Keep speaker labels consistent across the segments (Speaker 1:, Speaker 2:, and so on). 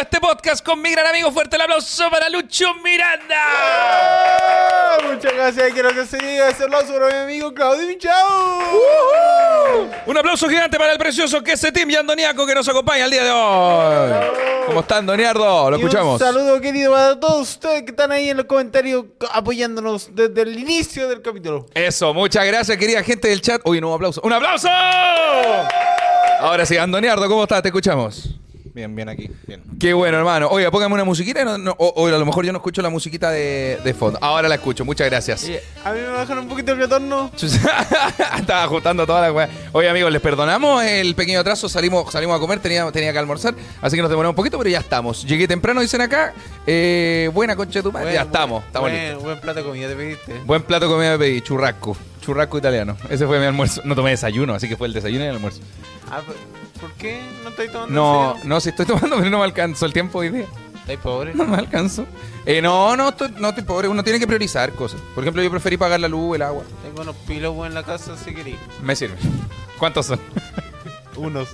Speaker 1: este podcast con mi gran amigo. Fuerte el aplauso para Lucho Miranda.
Speaker 2: ¡Ah! Muchas gracias, quiero que se diga ese aplauso para mi amigo Claudio Michao.
Speaker 1: Un aplauso gigante para el precioso que se Team y Andoniaco que nos acompaña el día de hoy. ¿Cómo están, Doniardo? Lo
Speaker 2: Y Un
Speaker 1: escuchamos.
Speaker 2: saludo querido para todos ustedes que están ahí en los comentarios apoyándonos desde el inicio del capítulo.
Speaker 1: Eso, muchas gracias, querida gente del chat. Uy, no, un aplauso. ¡Un aplauso! Ahora sí, Andoniardo, ¿cómo estás? Te escuchamos.
Speaker 2: Bien, bien aquí, bien.
Speaker 1: Qué bueno, hermano. Oiga, póngame una musiquita. no- no- o, o a lo mejor yo no escucho la musiquita de, de fondo. Ahora la escucho, muchas gracias.
Speaker 2: A mí me bajaron un poquito el retorno.
Speaker 1: Chus- Estaba juntando toda la weá. Oye, amigos, les perdonamos el pequeño atraso. Salimos, salimos a comer, tenía, tenía que almorzar. Así que nos demoramos un poquito, pero ya estamos. Llegué temprano, dicen acá. Eh, buena concha de tu madre.
Speaker 2: Bueno,
Speaker 1: ya estamos,
Speaker 2: buen-
Speaker 1: estamos
Speaker 2: buen,
Speaker 1: listos.
Speaker 2: Buen plato de comida te pediste.
Speaker 1: Buen plato que me pedí, churrasco. Churrasco italiano. Ese fue mi almuerzo. No tomé desayuno, así que fue el desayuno y el almuerzo.
Speaker 2: Ah, pero- ¿Por qué no estáis tomando
Speaker 1: No,
Speaker 2: en serio?
Speaker 1: no, si estoy tomando, pero no me alcanzó el tiempo hoy día.
Speaker 2: ¿Estáis pobres?
Speaker 1: No me alcanzó. Eh, no, no estoy, no estoy pobre. Uno tiene que priorizar cosas. Por ejemplo, yo preferí pagar la luz, el agua.
Speaker 2: Tengo unos pilos en la casa si queréis.
Speaker 1: Me sirve. ¿Cuántos son?
Speaker 2: Unos.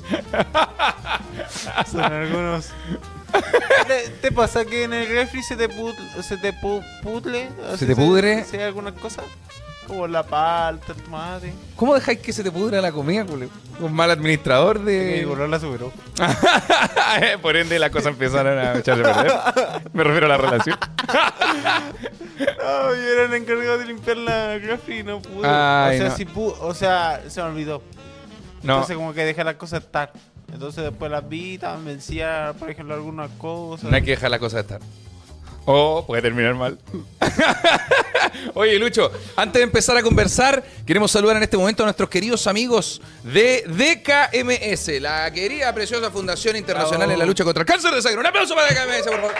Speaker 2: Son algunos. ¿Te, te pasa que en el refri se te, put, se te pu- putle?
Speaker 1: ¿Se te pudre?
Speaker 2: ¿Se alguna cosa? Como la palta, el tomate.
Speaker 1: ¿Cómo dejáis que se te pudra la comida, culio? Un mal administrador
Speaker 2: Mi
Speaker 1: de.
Speaker 2: burro la superó.
Speaker 1: Ah, eh, Por ende, las cosas empezaron a echarse a perder. Me refiero a la relación.
Speaker 2: No, yo era el encargado de limpiar la refri y no pude.
Speaker 1: Ay,
Speaker 2: o sea,
Speaker 1: no.
Speaker 2: sí pu- o sea, se me olvidó.
Speaker 1: No.
Speaker 2: Entonces como que dejé las cosas estar. Entonces después las vi, estaban vencidas, por ejemplo, algunas cosas.
Speaker 1: No hay que dejar la cosa estar. O puede terminar mal. Oye, Lucho, antes de empezar a conversar, queremos saludar en este momento a nuestros queridos amigos de DKMS, la querida, preciosa Fundación Internacional
Speaker 2: Bravo.
Speaker 1: en la lucha contra el cáncer de sangre. Un aplauso para DKMS, por favor.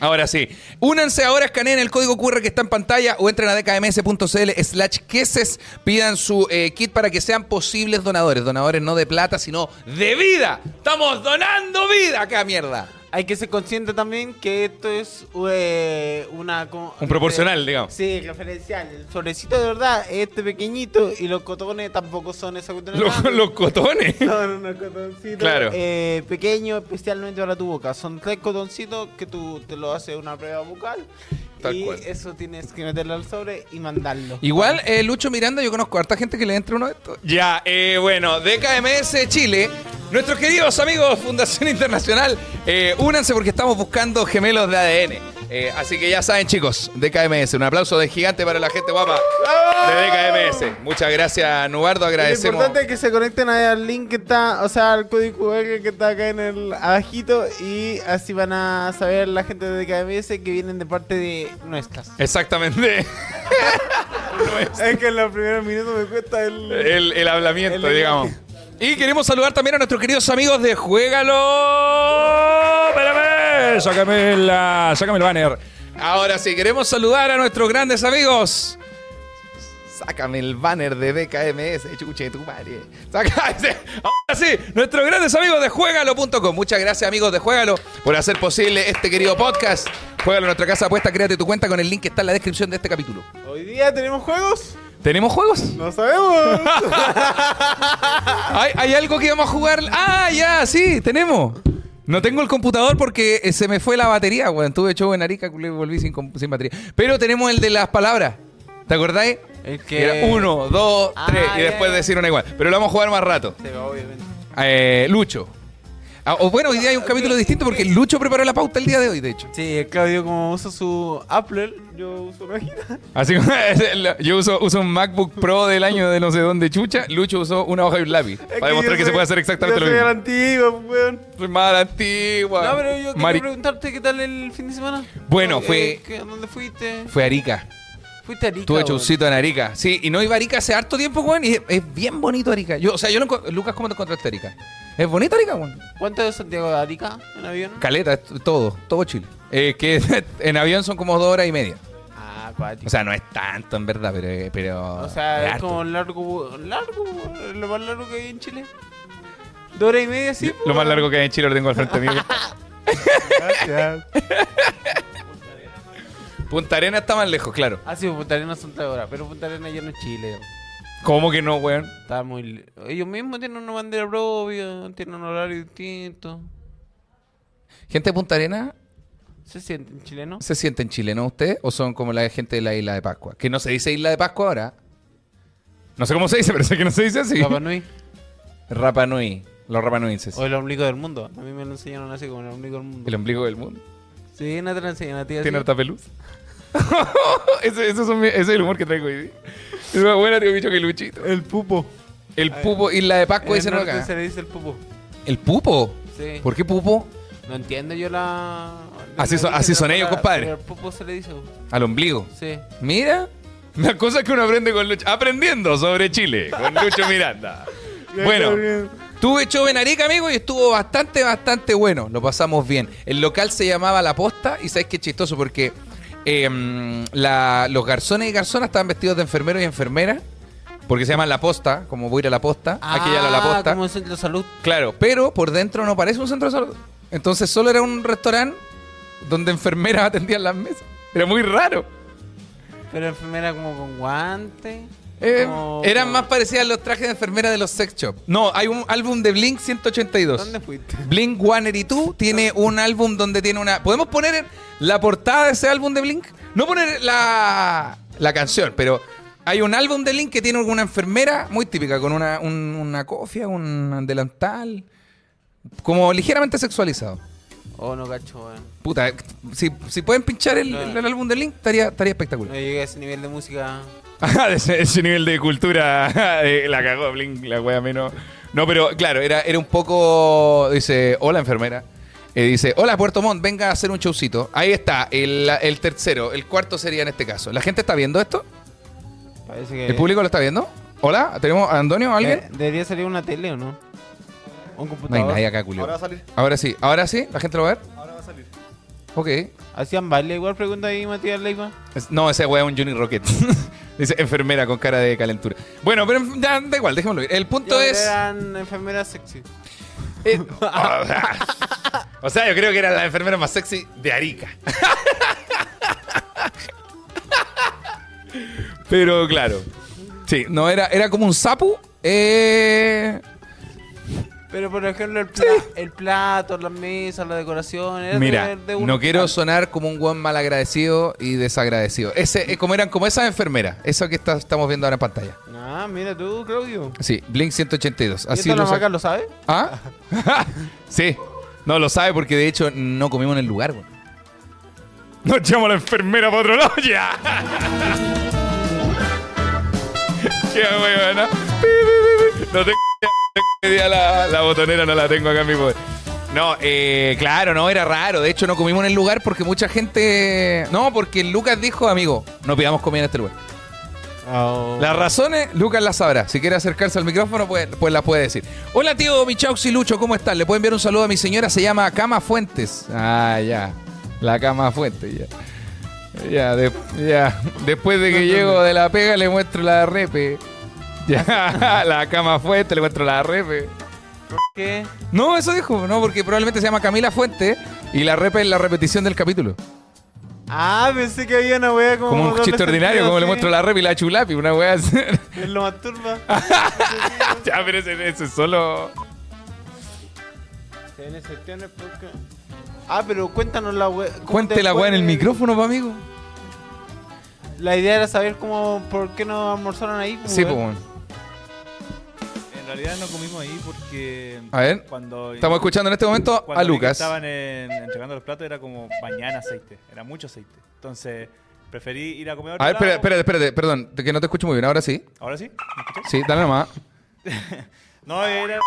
Speaker 1: Ahora sí, únanse ahora, escaneen el código QR que está en pantalla o entren a dkms.cl slash queses, pidan su eh, kit para que sean posibles donadores, donadores no de plata, sino de vida. Estamos donando vida acá, mierda.
Speaker 2: Hay que ser consciente también que esto es eh, una... co-
Speaker 1: Un proporcional, digamos.
Speaker 2: Sí, referencial. El sobrecito de verdad es este pequeñito y los cotones tampoco son esa cuestión.
Speaker 1: Los,
Speaker 2: grande.
Speaker 1: los cotones.
Speaker 2: Son unos cotoncitos
Speaker 1: Claro.
Speaker 2: eh, pequeños especialmente para tu boca. Son tres cotoncitos que tú te lo haces una prueba bucal
Speaker 1: Tal
Speaker 2: y
Speaker 1: cual.
Speaker 2: eso tienes que meterlo al sobre y mandarlo.
Speaker 1: Igual, eh, Lucho Miranda, yo conozco a harta gente que le entra uno de estos. Ya, eh, bueno, DKMS Chile. Nuestros queridos amigos Fundación Internacional, eh, únanse porque estamos buscando gemelos de ADN. Eh, así que ya saben, chicos, DKMS. Un aplauso de gigante para la gente guapa de DKMS. Muchas gracias, Nubardo.
Speaker 2: Lo
Speaker 1: Agradecemos.
Speaker 2: importante es que se conecten al link que está, o sea, al código QR que está acá en el abajito y así van a saber la gente de KMS que vienen de parte de nuestras.
Speaker 1: Exactamente.
Speaker 2: Es que en los primeros minutos me cuesta el...
Speaker 1: El, el hablamiento,
Speaker 2: El-
Speaker 1: digamos. Y queremos saludar también a nuestros queridos amigos de Juégalo. Espérame, sácame, la, sácame el banner. Ahora sí, queremos saludar a nuestros grandes amigos. Sácame el banner de DKMS, chuche tu madre. Saca ese- Ahora sí, nuestros grandes amigos de Juegalo.com. Muchas gracias, amigos de Juegalo, por hacer posible este querido podcast. Juegalo en nuestra casa de apuestas, créate tu cuenta con el link que está en la descripción de este capítulo.
Speaker 2: Hoy día tenemos juegos.
Speaker 1: ¿Tenemos juegos?
Speaker 2: No sabemos.
Speaker 1: ¿Hay, hay algo que vamos a jugar. Ah, ya, sí, tenemos. No tengo el computador porque eh, se me fue la batería, weón. Tuve show en Arica, culé, volví sin, com- sin batería. Pero tenemos el de las palabras. ¿Te acordáis?
Speaker 2: El que-
Speaker 1: Era uno, dos,
Speaker 2: Ah,
Speaker 1: tres. Y
Speaker 2: ya,
Speaker 1: después
Speaker 2: ya.
Speaker 1: decir una igual. Pero lo vamos a jugar más rato.
Speaker 2: Sí, obviamente.
Speaker 1: Eh, Lucho. Ah, o bueno, hoy día hay un capítulo distinto porque Lucho preparó la pauta el día de hoy, de hecho.
Speaker 2: Sí, Claudio como usa su Apple, yo uso una hojita.
Speaker 1: Así como yo uso, uso un MacBook Pro del año de no sé dónde chucha, Lucho usó una hoja y un lápiz.
Speaker 2: Es
Speaker 1: Para demostrar que
Speaker 2: yo
Speaker 1: se
Speaker 2: soy-
Speaker 1: puede hacer exactamente
Speaker 2: yo
Speaker 1: lo
Speaker 2: soy
Speaker 1: mismo.
Speaker 2: el antiguo, pues, weón.
Speaker 1: Soy más antigua.
Speaker 2: No, pero yo quería
Speaker 1: Mari-
Speaker 2: preguntarte qué tal el fin de semana.
Speaker 1: Bueno,
Speaker 2: Eh,
Speaker 1: fue-
Speaker 2: ¿qué- ¿Dónde fuiste?
Speaker 1: Fue Arica.
Speaker 2: Fuiste a Arica.
Speaker 1: Tuve
Speaker 2: weón.
Speaker 1: showcito en Arica. Sí, y no iba a Arica hace harto tiempo, weón. Y es, es bien bonito Arica. Yo, o sea, yo lo encon- Lucas, ¿cómo te encontraste Arica? Es bonito Arica, weón.
Speaker 2: ¿Cuánto es Santiago de Arica en avión?
Speaker 1: Caleta, es t- todo, todo Chile. Eh, que en avión son como dos horas y media.
Speaker 2: ah, cuático.
Speaker 1: O sea, no es tanto en verdad, pero. eh, pero
Speaker 2: O sea, es
Speaker 1: harto.
Speaker 2: como largo, largo, lo más largo que hay en Chile. Dos horas y media, sí. pues,
Speaker 1: Lo más largo que hay en Chile lo tengo al frente mío.
Speaker 2: Gracias.
Speaker 1: Punta Arena está más lejos, claro.
Speaker 2: Ah, sí, Punta Arenas son tres horas, pero Punta Arenas ya no es Chile.
Speaker 1: ¿Cómo que no, weón?
Speaker 2: Está muy... le- Ellos mismos tienen una bandera propia, tienen un horario distinto.
Speaker 1: ¿Gente de Punta Arena
Speaker 2: ¿Se sienten chilenos?
Speaker 1: se sienten chilenos ustedes o son como la gente de la isla de Pascua? Que no se dice isla de Pascua ahora. No sé cómo se dice, pero sé que no se dice así.
Speaker 2: Papá Nui.
Speaker 1: Rapa Nui. Los rapanuenses.
Speaker 2: O el ombligo del mundo. A mí me lo enseñaron así como el ombligo del mundo.
Speaker 1: El ombligo del mundo.
Speaker 2: Sí, no te lo enseñan a ti así.
Speaker 1: Tiene harta peluz. ese, esos son mi- ese es el humor que traigo hoy. día. Es más buena, tío, bicho que Luchito.
Speaker 2: El pupo.
Speaker 1: El pupo, isla de
Speaker 2: En
Speaker 1: Pascua,
Speaker 2: el
Speaker 1: dicen
Speaker 2: norte
Speaker 1: acá.
Speaker 2: se le dice el pupo.
Speaker 1: ¿El pupo?
Speaker 2: Sí.
Speaker 1: ¿Por qué pupo?
Speaker 2: No entiendo yo la...
Speaker 1: Así
Speaker 2: la
Speaker 1: son- así
Speaker 2: origen,
Speaker 1: son
Speaker 2: pero
Speaker 1: ellos,
Speaker 2: la-
Speaker 1: compadre.
Speaker 2: pero El pupo se le dice.
Speaker 1: Al ombligo.
Speaker 2: Sí.
Speaker 1: Mira. Las cosas que uno aprende con Lucho. Aprendiendo sobre Chile con Lucho Miranda. bueno. Tuve show en Arica, amigo, y estuvo bastante, bastante bueno. Lo pasamos bien. El local se llamaba La Posta y sabes qué chistoso porque em, la- los garzones y garzonas estaban vestidos de enfermeros y enfermeras porque se llaman La Posta, como voy a ir a La Posta. Aquí ya la, La
Speaker 2: Ah,
Speaker 1: Posta.
Speaker 2: como un centro de salud.
Speaker 1: Claro, pero por dentro no parece un centro de salud. Entonces solo era un restaurante donde enfermeras atendían las mesas. Era muy raro.
Speaker 2: Pero enfermera como con guante.
Speaker 1: Eh,
Speaker 2: como-
Speaker 1: eran más parecidas los trajes de enfermera de los sex shops. No, hay un álbum de Blink 182.
Speaker 2: ¿Dónde fuiste?
Speaker 1: Blink 182 tiene un álbum donde tiene una. ¿Podemos poner la portada de ese álbum de Blink? No poner la, la canción, pero hay un álbum de Blink que tiene una enfermera muy típica, con una, un- una cofia, un delantal, como ligeramente sexualizado.
Speaker 2: Oh, no cacho, weón.
Speaker 1: Puta, si, si pueden pinchar el, el- el álbum de Link, estaría, estaría
Speaker 2: No
Speaker 1: espectacular.
Speaker 2: llegué a ese nivel de música.
Speaker 1: ese, nivel de cultura eh, la cagó Blink, la wea menos. No, pero claro, era, era un poco. Dice, hola enfermera. Eh, dice, hola Puerto Montt, venga a hacer un showcito. Ahí está, el, el tercero, el cuarto sería en este caso. ¿La gente está viendo esto?
Speaker 2: Parece que.
Speaker 3: Eh.
Speaker 1: ¿El público lo está viendo? ¿Hola? ¿Tenemos a Antonio? ¿Alguien?
Speaker 2: Eh, debería salir una tele o no? O Un
Speaker 1: no hay
Speaker 2: computador.
Speaker 1: nadie acá, culio.
Speaker 3: Ahora va a salir,
Speaker 1: Ahora sí, ahora sí, la gente lo va a ver.
Speaker 3: ahora va a salir.
Speaker 1: Ok.
Speaker 2: ¿Hacían baile igual? Pregunta ahí Matías Leiva.
Speaker 1: Es- No, ese weón es un Johnny Rocket. Dice enfermera con cara de calentura. Bueno, pero en- ya, da igual, dejémoslo ir. El punto
Speaker 2: Yo-
Speaker 1: es.
Speaker 2: Eran enfermeras sexy.
Speaker 1: eh, o sea, yo creo que era la enfermera más sexy de Arica. pero claro. Sí, no, era, era como un sapo. Eh,
Speaker 2: Pero por ejemplo, el, pla- el plato, las mesas, la decoración. Era
Speaker 1: Mira,
Speaker 2: de- de un-
Speaker 1: no quiero sonar como un weón malagradecido y desagradecido. Ese, eh, como eran como esas enfermeras, eso que está- estamos viendo ahora en pantalla.
Speaker 2: Ah, mira tú, Claudio.
Speaker 1: Sí, Blink 182.
Speaker 2: ¿Y esto la
Speaker 1: lo sac-
Speaker 2: maca lo sabe?
Speaker 1: ¿Ah? sí. No, lo sabe porque de hecho no comimos en el lugar, güey. Nos llamo a la enfermera para otro lado ya. Qué huevo, ¿no? Pi, pi, pi, pi. No tengo idea, tengo idea, la, la botonera, no la tengo acá en mi poder. No, eh, claro, no, era raro. De hecho, no comimos en el lugar porque mucha gente. No, porque Lucas dijo, amigo, no pidamos comida en este lugar. Las razones, Lucas las sabrá. Si quiere acercarse al micrófono, pues, pues las puede decir. Hola, tío Michaux y Lucho, ¿cómo están? Le puedo enviar un saludo a mi señora, se llama Cama Fuentes. Ah, ya. La Cama Fuentes, ya. Ya, de- ya. Después de que llego de la pega, le muestro la repe. Ya, la Cama Fuentes, le muestro la repe.
Speaker 2: ¿Qué?
Speaker 1: No, eso dijo, no, porque probablemente se llama Camila Fuentes y la repe es la repetición del capítulo.
Speaker 2: Ah, pensé que había una wea como.
Speaker 1: Como un
Speaker 2: doble
Speaker 1: chiste ordinario,
Speaker 2: sentido,
Speaker 1: como le
Speaker 2: sí.
Speaker 1: muestro la Ah. repe y la chulapi, una wea así.
Speaker 2: Es lo más turba.
Speaker 1: ya, pero ese- ese es solo.
Speaker 2: Se viene septiembre, porque- Ah, pero cuéntanos la wea. ¿cómo
Speaker 1: Cuente
Speaker 2: te
Speaker 1: la
Speaker 2: fue?
Speaker 1: weá en el micrófono, pa' amigo.
Speaker 2: La idea era saber cómo, por qué no almorzaron ahí. pues,
Speaker 1: Sí, pues,
Speaker 2: weón.
Speaker 1: weón.
Speaker 3: En realidad no comimos ahí porque.
Speaker 1: A ver,
Speaker 3: Cuando,
Speaker 1: Ah, Estamos escuchando en este momento
Speaker 3: cuando
Speaker 1: a
Speaker 3: vi que
Speaker 1: Lucas.
Speaker 3: Estaban en- entregando los platos, era como mañana aceite. Era mucho aceite. Entonces, preferí ir a comer
Speaker 1: A ver, espérate,
Speaker 3: espera,
Speaker 1: espérate, espérate, perdón, que no te escucho muy bien. Ahora sí.
Speaker 3: ¿Ahora sí? ¿Me escuchas?
Speaker 1: Sí, dale nomás.
Speaker 3: No, era.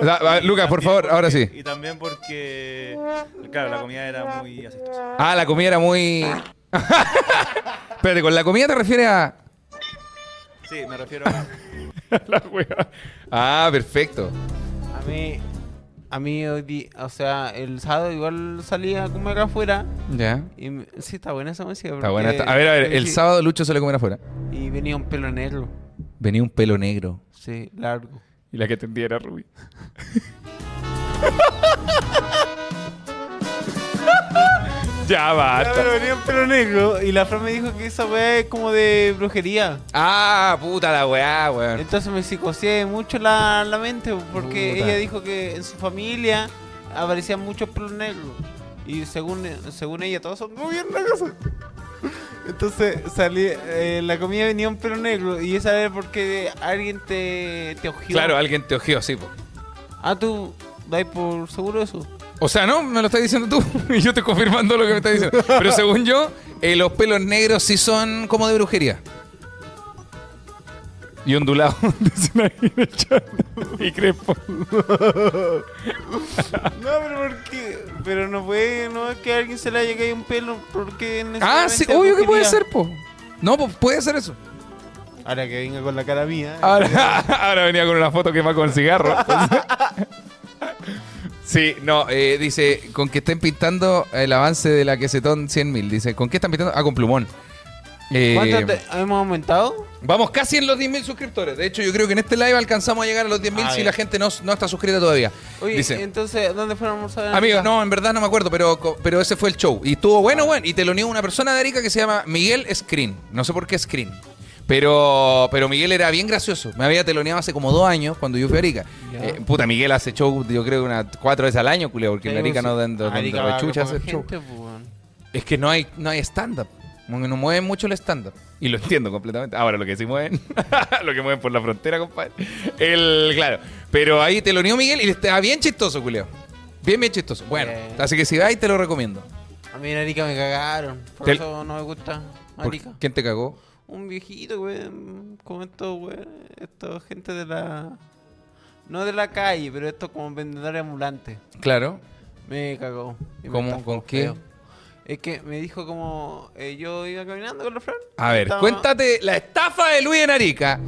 Speaker 1: Da- a ver, Ah, Lucas, por
Speaker 3: también
Speaker 1: favor, ahora
Speaker 3: porque-
Speaker 1: sí.
Speaker 3: Y también porque. Claro, la comida era muy aceitosa.
Speaker 1: Ah, la comida era muy. espérate, con la comida te refieres a.
Speaker 3: Sí, me refiero a.
Speaker 1: la wea. Ah, perfecto.
Speaker 2: A mí, a mí hoy di- o sea, el sábado igual salí a comer afuera.
Speaker 1: Ya.
Speaker 2: Y me- sí, está buena esa música.
Speaker 1: Está
Speaker 2: porque-
Speaker 1: buena. esta- A ver, a ver, el
Speaker 2: sí,
Speaker 1: sábado Lucho se le comer afuera.
Speaker 2: Y venía un pelo negro,
Speaker 1: Venía un pelo negro.
Speaker 2: sí, largo.
Speaker 1: Y la que tendía era Ruby. ya basta.
Speaker 2: pero venía un pelo negro y la Fran me dijo que esa weá es como de brujería.
Speaker 1: Ah, puta la weá, weón.
Speaker 2: Entonces me psicoseé mucho la, la mente porque
Speaker 1: Puta.
Speaker 2: ella dijo que en su familia aparecían muchos pelos negros. Y según, según ella, todos son muy bien negros. Entonces, salí, eh, la comida venía un pelo negro. Y esa era porque alguien te, te ojeó.
Speaker 1: Claro, alguien te ojeó, sí. po.
Speaker 2: Ah, tú dais por seguro eso.
Speaker 1: O sea, no, me lo estás diciendo tú y yo estoy confirmando lo que me estás diciendo. Pero según yo, eh, los pelos negros sí son como de brujería. Y ondulados, dicen ahí en el chat. Y crespo.
Speaker 2: No, pero ¿por qué? Pero no puede, no es que a alguien se le haya caído un pelo. Porque
Speaker 1: Ah, sí,
Speaker 2: necesariamente
Speaker 1: obvio que
Speaker 2: brujería.
Speaker 1: puede ser, po. No, po, puede ser eso.
Speaker 2: Ahora que venga con la cara mía.
Speaker 1: Ahora, ahora venía con una foto que va con cigarro. Sí, no, eh, dice, con que estén pintando el avance de la que se ton 100.000. Dice, ¿con qué están pintando? Ah, con plumón. Eh,
Speaker 2: ¿Cuánto te- hemos aumentado?
Speaker 1: Vamos casi en los 10.000 suscriptores. De hecho, yo creo que en este live alcanzamos a llegar a los 10.000
Speaker 2: Ah,
Speaker 1: si
Speaker 2: bien.
Speaker 1: la gente no, no está suscrita todavía.
Speaker 2: Oye,
Speaker 1: Dice,
Speaker 2: entonces, ¿dónde fueron a almorzar?
Speaker 1: amigo, no, en verdad no me acuerdo, pero, co- pero ese fue el show. Y estuvo bueno, bueno. Y te lo unió una persona de Arica que se llama Miguel Screen. No sé por qué Screen. Pero, pero Miguel era bien gracioso. Me había teloneado hace como dos años cuando yo fui a Arica.
Speaker 2: Ya.
Speaker 1: Eh, puta, Miguel hace show, yo creo, unas cuatro veces al año, culeo, porque en Arica no dan
Speaker 2: dentro
Speaker 1: dan- dan rechucha hacer show.
Speaker 2: pues,
Speaker 1: Es que no hay, no hay stand-up. Como que No mueven mucho el stand-up. Y lo entiendo completamente. Ahora, lo que sí mueven, lo que mueven por la frontera, compadre. El, claro. Pero ahí te lo unió Miguel y le estaba bien chistoso, culeo. Bien, bien chistoso. Bueno,
Speaker 2: Bien.
Speaker 1: así que si vais, te lo recomiendo.
Speaker 2: A mí en Arica me cagaron. Por
Speaker 1: Te-
Speaker 2: eso no me gusta
Speaker 1: ¿Por-
Speaker 2: Arica.
Speaker 1: ¿Quién te cagó?
Speaker 2: Un viejito, güey. Como estos, güey. Estos gente de la. No de la calle, pero estos como vendedores ambulantes.
Speaker 1: Claro.
Speaker 2: Me cagó. y me
Speaker 1: ¿Cómo?
Speaker 2: estafó
Speaker 1: ¿Con qué?
Speaker 2: feo. Es que me dijo como. eh, yo iba caminando con los fran.
Speaker 1: A ver,
Speaker 2: estaba-
Speaker 1: cuéntate la estafa de Luis en Arica.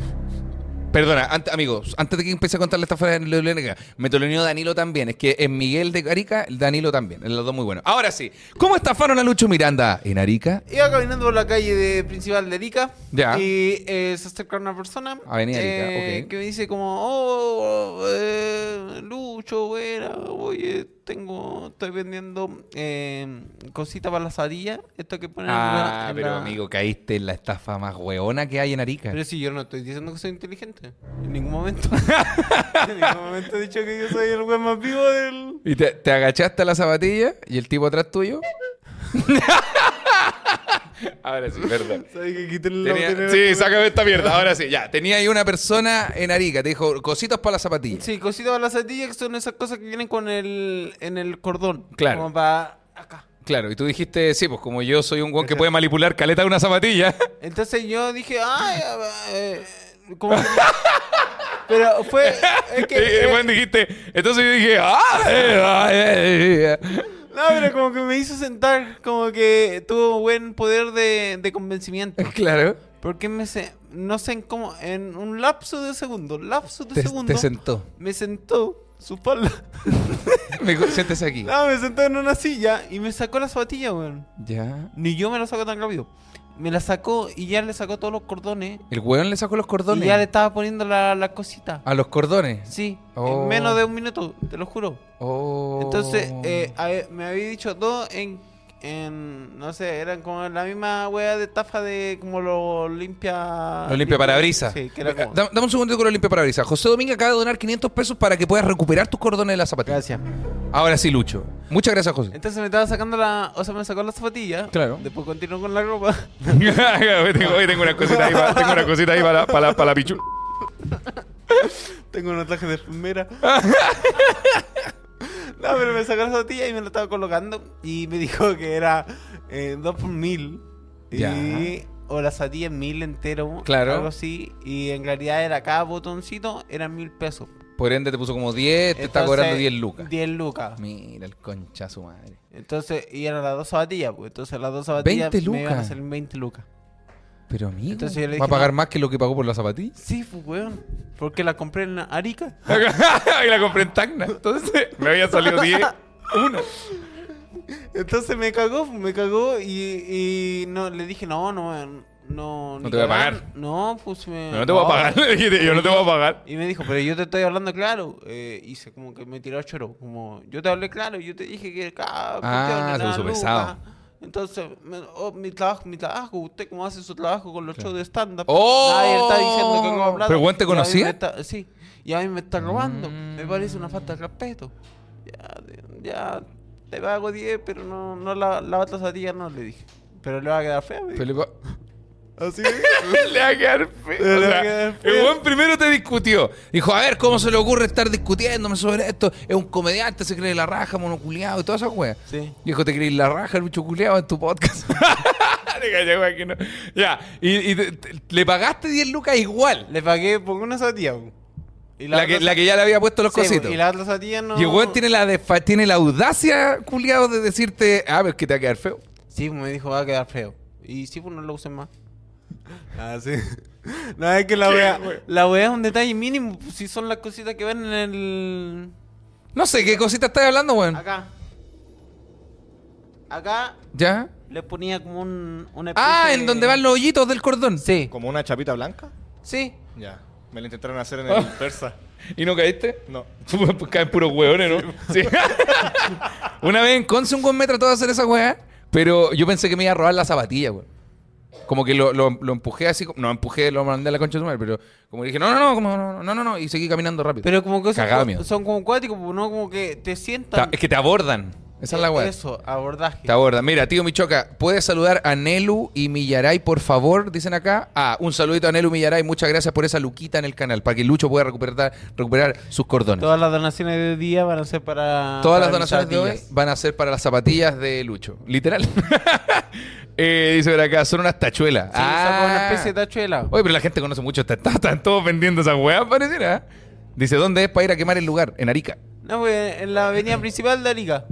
Speaker 1: Perdona, ante- amigos, antes de que empiece a contar la estafa de Luis en Arica, me toloneó Danilo también. Es que en Miguel de Arica, Danilo también. Los dos muy buenos. Ahora sí, ¿cómo estafaron a Lucho Miranda en Arica?
Speaker 2: Iba caminando por la calle de principal de Arica
Speaker 1: Ya.
Speaker 2: y eh, se acerca una persona
Speaker 1: Avenida Arica,
Speaker 2: eh,
Speaker 1: ok.
Speaker 2: que me dice como, oh, eh, Lucho, güera, oye, tengo, estoy vendiendo eh, cositas para la asadilla, esto que ponen en la-
Speaker 1: Ah,
Speaker 2: en
Speaker 1: pero
Speaker 2: la-
Speaker 1: amigo, caíste en la estafa más hueona que hay en Arica.
Speaker 2: Pero si yo no estoy diciendo que soy inteligente, en ningún momento. en ningún momento he dicho que yo soy el güey más vivo del...
Speaker 1: Y te, te agachaste a la zapatilla y el tipo atrás tuyo. Ahora sí, perdón.
Speaker 2: ¿Sabes que quiten la
Speaker 1: Tenía-
Speaker 2: tenía-
Speaker 1: sí, sácame esta mierda. Ahora sí, ya. Tenía ahí una persona en Arica, te dijo cositas para la zapatilla.
Speaker 2: Sí, cositas para la asadilla que son esas cosas que vienen con el, en el cordón.
Speaker 1: Claro.
Speaker 2: Como para acá.
Speaker 1: Claro, y tú dijiste, sí, pues como yo soy un guan que puede manipular caleta de una zapatilla.
Speaker 2: Entonces yo dije, ay, eh, como que- Pero fue. Es
Speaker 1: y
Speaker 2: que,
Speaker 1: después dijiste, entonces yo dije, ¡ah! eh, ah, eh, eh, eh".
Speaker 2: no, pero como que me hizo sentar, como que tuvo buen poder de, de convencimiento.
Speaker 1: eh". Claro.
Speaker 2: Porque me se, no sé en cómo, en un lapso de segundo, lapso de
Speaker 1: Te,
Speaker 2: segundo,
Speaker 1: te sentó.
Speaker 2: me sentó su espalda.
Speaker 1: Me dijo, siéntese aquí.
Speaker 2: No, me sentó en una silla y me sacó la zapatilla, weón.
Speaker 1: Ya.
Speaker 2: Ni yo me la saco tan rápido. Me la sacó y ya le sacó todos los cordones.
Speaker 1: El weón le sacó los cordones.
Speaker 2: Y ya le estaba poniendo la, la cosita.
Speaker 1: A los cordones.
Speaker 2: Sí,
Speaker 1: Oh.
Speaker 2: en menos de un minuto, te lo juro.
Speaker 1: Oh.
Speaker 2: Entonces, eh, a ver, me había dicho dos en, en- No sé, eran como la misma wea de estafa de como lo limpia.
Speaker 1: Los limpia parabrisas.
Speaker 2: Sí, que era
Speaker 1: Venga,
Speaker 2: como.
Speaker 1: da- Eh, Dame un segundito con los limpia parabrisas. José Domingo acaba de donar 500 pesos para que puedas recuperar tus cordones de la zapatilla.
Speaker 2: Gracias.
Speaker 1: Ahora sí, Lucho. Muchas gracias, José.
Speaker 2: Entonces me estaba sacando la. O sea, me sacó la zapatilla.
Speaker 1: Claro.
Speaker 2: Después continuó con la ropa.
Speaker 1: tengo, tengo una cosita ahí para, tengo una cosita ahí para, para, para la pichu.
Speaker 2: Tengo un ataque de enfermera. no, pero me sacó la zapatilla y me la estaba colocando. Y me dijo que era eh, dos por mil. Y,
Speaker 1: Ya.
Speaker 2: o la zapatilla en mil entero.
Speaker 1: Claro.
Speaker 2: Algo así. Y en realidad era cada botoncito, eran mil pesos.
Speaker 1: Por ende, te puso como 10, te está
Speaker 2: Entonces,
Speaker 1: cobrando 10 lucas.
Speaker 2: 10 lucas.
Speaker 1: Mira el concha su madre.
Speaker 2: Entonces, y eran las dos zapatillas. Pues. Entonces, las dos zapatillas
Speaker 1: 20
Speaker 2: me iban a
Speaker 1: lucas.
Speaker 2: salir 20 lucas.
Speaker 1: Pero amigo,
Speaker 2: Entonces yo le
Speaker 1: ¿va a
Speaker 2: dije,
Speaker 1: pagar
Speaker 2: no.
Speaker 1: más que lo que pagó por la zapatilla?
Speaker 2: Sí, pues, weón. Porque la compré en Arica.
Speaker 1: y la compré en Tacna. Entonces, me había salido 10.
Speaker 2: Entonces me cagó, me cagó y, y no le dije, no, no, no. No,
Speaker 1: No
Speaker 2: ni
Speaker 1: te voy a
Speaker 2: cagar.
Speaker 1: pagar.
Speaker 2: No, pues me.
Speaker 1: Le dijiste, yo no te voy a pagar.
Speaker 2: Y me dijo, pero yo te estoy hablando claro. Eh, y se como que me tiró a choro. Como, yo te hablé claro, yo te dije que cada
Speaker 1: Ah,
Speaker 2: cuestión
Speaker 1: se
Speaker 2: era
Speaker 1: puso
Speaker 2: lucas.
Speaker 1: pesado.
Speaker 2: Entonces, me- oh, mi trabajo, mi trabajo. Usted cómo hace su trabajo con los shows de stand-up.
Speaker 1: ¡Oh!
Speaker 2: Nadie está diciendo que como plata.
Speaker 1: ¿Pero Juan te Mm.
Speaker 2: Y a mí me
Speaker 1: conocía?
Speaker 2: está- sí. Y a mí me está robando. Me parece una falta de respeto. ya, te- ya, te pago 10, pero no, no la, la otra zapatilla no, le dije. Pero le va a quedar fea, me dijo.
Speaker 1: Felipe.
Speaker 4: ¿Ah,
Speaker 2: Así que...
Speaker 1: Le va a quedar feo.
Speaker 2: Le
Speaker 1: O
Speaker 2: va a
Speaker 1: sea,
Speaker 2: quedar feo.
Speaker 1: el buen primero te discutió. Dijo, a ver, ¿cómo se le ocurre estar discutiéndome sobre esto? Es un comediante, se cree la raja, monoculeado y todas esas weas.
Speaker 2: Sí.
Speaker 1: Dijo, te creí la raja, el bicho culeado en tu podcast. Te cachai, wea, que no. Ya, y, y te- te- le pagaste 10 lucas igual.
Speaker 2: Le pagué por una zapatilla, po. Y
Speaker 1: La, que,
Speaker 2: otra-
Speaker 1: la que ya le había puesto los
Speaker 2: Sí, po,
Speaker 1: cositos.
Speaker 2: Y la otra zapatilla no...
Speaker 1: Y el weón tiene la, desfa- tiene la audacia, culiado, de decirte, ah, pero es que te va a quedar feo.
Speaker 2: Sí, me dijo, va a quedar feo. Y sí, pues no lo usen más. Ah, sí. No, es que la wea, la wea es un detalle mínimo. pues, Si son las cositas que ven en el.
Speaker 1: No sé, ¿qué cosita estás hablando, weón?
Speaker 2: Acá. Acá
Speaker 1: ¿Ya?
Speaker 2: le ponía como un. Una
Speaker 1: Ah,
Speaker 2: especie
Speaker 1: en
Speaker 2: de-
Speaker 1: donde van los hoyitos del cordón.
Speaker 2: Sí.
Speaker 4: ¿Como una chapita blanca?
Speaker 2: Sí.
Speaker 4: Ya. Me la intentaron hacer en el
Speaker 1: Oh.
Speaker 4: persa.
Speaker 1: ¿Y no caíste?
Speaker 4: No.
Speaker 1: Pues caen puros hueones, ¿no? Sí. Una vez en Conce un weón me trató de hacer esa weá, pero yo pensé que me iba a robar la zapatilla, weón. Como que lo, lo- lo empujé así, como- no empujé, lo mandé a la concha de su madre, pero como que dije, no, no, no, como, no, no, no, no, no, y seguí caminando rápido.
Speaker 2: Pero como que son,
Speaker 1: Cagado,
Speaker 2: cua-
Speaker 1: miedo.
Speaker 2: son como cuáticos, pues, no como que te
Speaker 1: Ta-
Speaker 2: sientan. e-
Speaker 1: es que te abordan. Esa es la weá.
Speaker 2: Eso, abordaje.
Speaker 1: Te abordan. Mira, tío Michoca, ¿puedes saludar a Nelu y Millaray, por favor? Dicen acá. Ah, un saludito a Nelu Millaray. Muchas gracias por esa luquita en el canal, para que Lucho pueda recuperar, recuperar sus cordones.
Speaker 2: Todas las donaciones de hoy día van a ser para.
Speaker 1: Todas las
Speaker 2: para mis
Speaker 1: donaciones de hoy
Speaker 2: zapatillas.
Speaker 1: van a ser para las zapatillas de Lucho. Literal. Eh, dice por acá, son unas tachuelas.
Speaker 2: Sí,
Speaker 1: ah.
Speaker 2: saco una especie de tachuela.
Speaker 1: Oye, pero la gente conoce mucho. esta- esta- Están todos vendiendo esas weas, pareciera. ¿eh? Dice, ¿dónde es para ir a quemar el lugar? En Arica.
Speaker 2: No, pues en la avenida principal de Arica.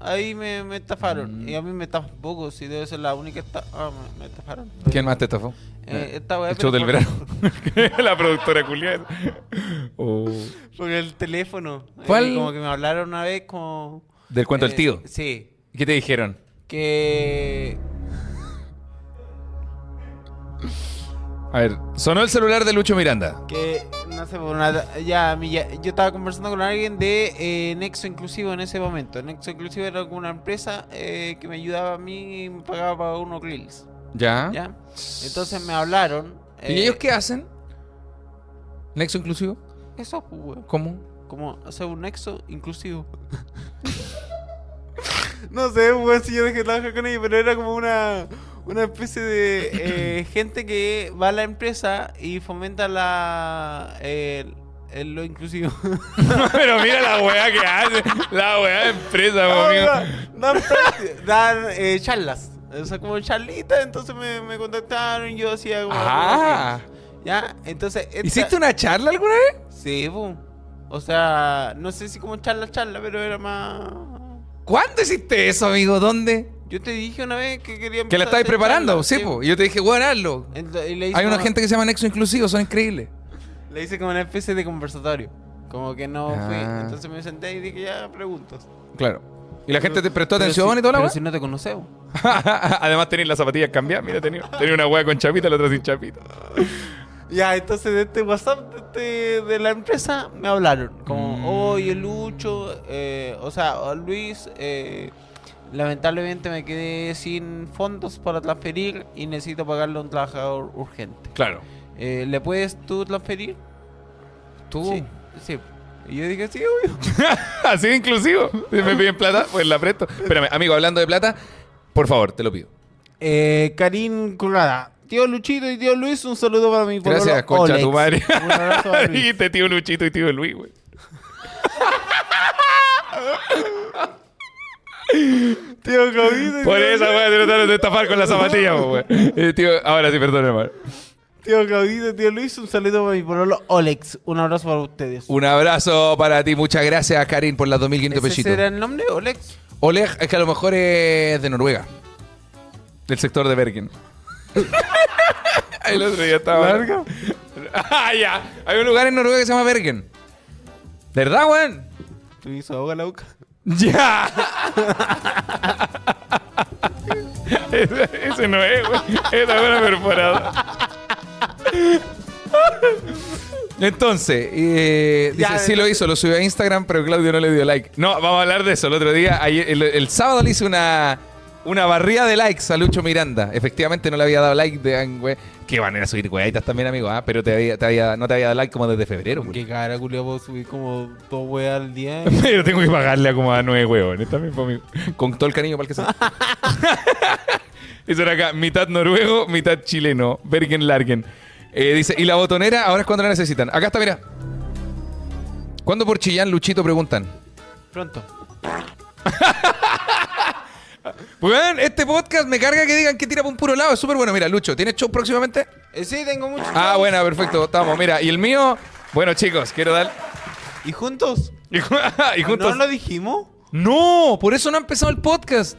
Speaker 2: Ahí me, me estafaron.
Speaker 1: Mm.
Speaker 2: Y a mí me estafan poco, si debe ser la única esta... Ah, me, me estafaron.
Speaker 1: ¿Quién más te estafó?
Speaker 2: Eh, esta weá,
Speaker 1: el show del
Speaker 2: pero
Speaker 1: verano. la productora culiada.
Speaker 2: Oh. Porque el teléfono. eh,
Speaker 1: ¿Cuál?
Speaker 2: como que me hablaron una vez como...
Speaker 1: Del cuento del
Speaker 2: eh,
Speaker 1: tío.
Speaker 2: Sí.
Speaker 1: ¿Qué te dijeron?
Speaker 2: Que...
Speaker 1: A ver, sonó el celular de Lucho Miranda.
Speaker 2: Que... No sé, por una- ya, mi- ya- yo estaba conversando con alguien de eh, Nexo Inclusivo en ese momento. Nexo Inclusivo era como una empresa eh, que me ayudaba a mí y me pagaba para unos clics.
Speaker 1: ¿Ya?
Speaker 2: ¿Ya? Entonces me hablaron.
Speaker 1: ¿Y
Speaker 2: eh,
Speaker 1: ellos qué hacen? ¿Nexo inclusivo?
Speaker 2: Eso, pues, weón.
Speaker 1: ¿Cómo?
Speaker 2: Como hacer un nexo inclusivo. no sé, weón, si yo dejé de trabajar con ellos, pero era como una, una especie de eh, gente que va a la empresa y fomenta la el- el lo inclusivo.
Speaker 1: Pero mira la weá que hace. La weá de empresa, amigo.
Speaker 2: dan prácti- dan, eh, charlas. O sea, como charlitas, entonces me, me contactaron, yo hacía como...
Speaker 1: Ah.
Speaker 2: Ya, entonces... esta-
Speaker 1: ¿Hiciste una charla alguna vez?
Speaker 2: Sí, po. O sea, no sé si como charla, charla, pero era más...
Speaker 1: ¿Cuándo hiciste eso, amigo? ¿Dónde?
Speaker 2: Yo te dije una vez que quería
Speaker 1: Que la
Speaker 2: empezar a
Speaker 1: estabais
Speaker 2: hacer
Speaker 1: preparando,
Speaker 2: charlas,
Speaker 1: sí, po. Y yo te dije, weón, hazlo.
Speaker 2: Ento- y le hice
Speaker 1: Hay una
Speaker 2: como-
Speaker 1: gente que se llama Nexo Inclusivo, son increíbles.
Speaker 2: Le hice como una especie de conversatorio. Como que no fui.
Speaker 1: Ah.
Speaker 2: Entonces me senté y dije, ya, preguntas.
Speaker 1: Claro. ¿Y la gente te prestó
Speaker 2: Pero
Speaker 1: atención
Speaker 2: si-
Speaker 1: y toda la
Speaker 2: Pero
Speaker 1: weá?
Speaker 2: si no te conocemos.
Speaker 1: Además tenéis las zapatillas cambiadas. Mira, tenía, tenía una weá con chapita, la otra sin chapita.
Speaker 2: Ya, entonces de este WhatsApp de, este- de la empresa me hablaron.
Speaker 1: Mm.
Speaker 2: Como, oye, Lucho, eh, o sea, o Luis, eh, lamentablemente me quedé sin fondos para transferir y necesito pagarle a un trabajador urgente.
Speaker 1: Claro.
Speaker 2: Eh, ¿Le puedes tú transferir?
Speaker 1: Tú.
Speaker 2: Sí, sí. Y yo dije, sí, obvio.
Speaker 1: Así de inclusivo. Si me piden plata, pues la presto. Espérame, amigo, hablando de plata, por favor, te lo pido.
Speaker 2: Eh, Karim Currada. Tío Luchito y tío Luis, un saludo para mi pololo
Speaker 1: Gracias, concha
Speaker 2: Olex.
Speaker 1: tu madre.
Speaker 2: Un abrazo a Luis.
Speaker 1: Dijiste tío Luchito y tío Luis, güey.
Speaker 2: tío Camilo y
Speaker 1: Por
Speaker 2: tío-
Speaker 1: eso, güey, te trataron de estafar con la zapatilla, güey. Eh, tío, ahora sí, perdón, hermano.
Speaker 2: Tío Camilo y tío Luis, un saludo para mi pololo Olex. Un abrazo para ustedes.
Speaker 1: Un abrazo para ti. Muchas gracias, Karin, por las 2.500
Speaker 2: ¿Ese será
Speaker 1: pesitos.
Speaker 2: el nombre, Olex?
Speaker 1: Oleg, es que a lo mejor es de Noruega. Del sector de Bergen. el otro día estaba...
Speaker 2: ¿Larga?
Speaker 1: ah, ya. Hay un lugar en Noruega que se llama Bergen. ¿De ¿Verdad, güey?
Speaker 2: Tú hizo ahoga la boca.
Speaker 1: ¡Ya! ese, ese no es, güey. Esa buena perforada. Entonces, eh, dice,
Speaker 2: Ya,
Speaker 1: sí lo hizo, lo subió a Instagram, pero Claudio no le dio like. No, vamos a hablar de eso el otro día. ayer- el, el sábado le hice una, una barrida de likes a Lucho Miranda. Efectivamente no le había dado like de ah, güey. Qué manera de subir güeyitas también, amigo, ¿ah? pero te había- te había- no te había dado like como desde febrero. güey.
Speaker 2: Qué cara, culiao, puedo subir como dos weas al día.
Speaker 1: Pero tengo que pagarle a como a nueve huevones también, po, amigo. Con todo el cariño para el que sea. Eso era acá, mitad noruego, mitad chileno. Bergen Largen. Eh, dice, y la botonera, ahora es cuando la necesitan. Acá está, mira. ¿Cuándo por Chillán, Luchito, preguntan?
Speaker 2: Pronto.
Speaker 1: Weón, este podcast me carga que digan que tira por un puro lado. Es súper bueno. Mira, Lucho, ¿tienes show próximamente?
Speaker 2: Eh, sí, tengo mucho.
Speaker 1: Ah, buena, perfecto. Estamos, mira. Y el mío, bueno, chicos, quiero dar.
Speaker 2: ¿Y juntos?
Speaker 1: Y, ju- y juntos.
Speaker 2: ¿No lo dijimos?
Speaker 1: No, por eso no ha empezado el podcast.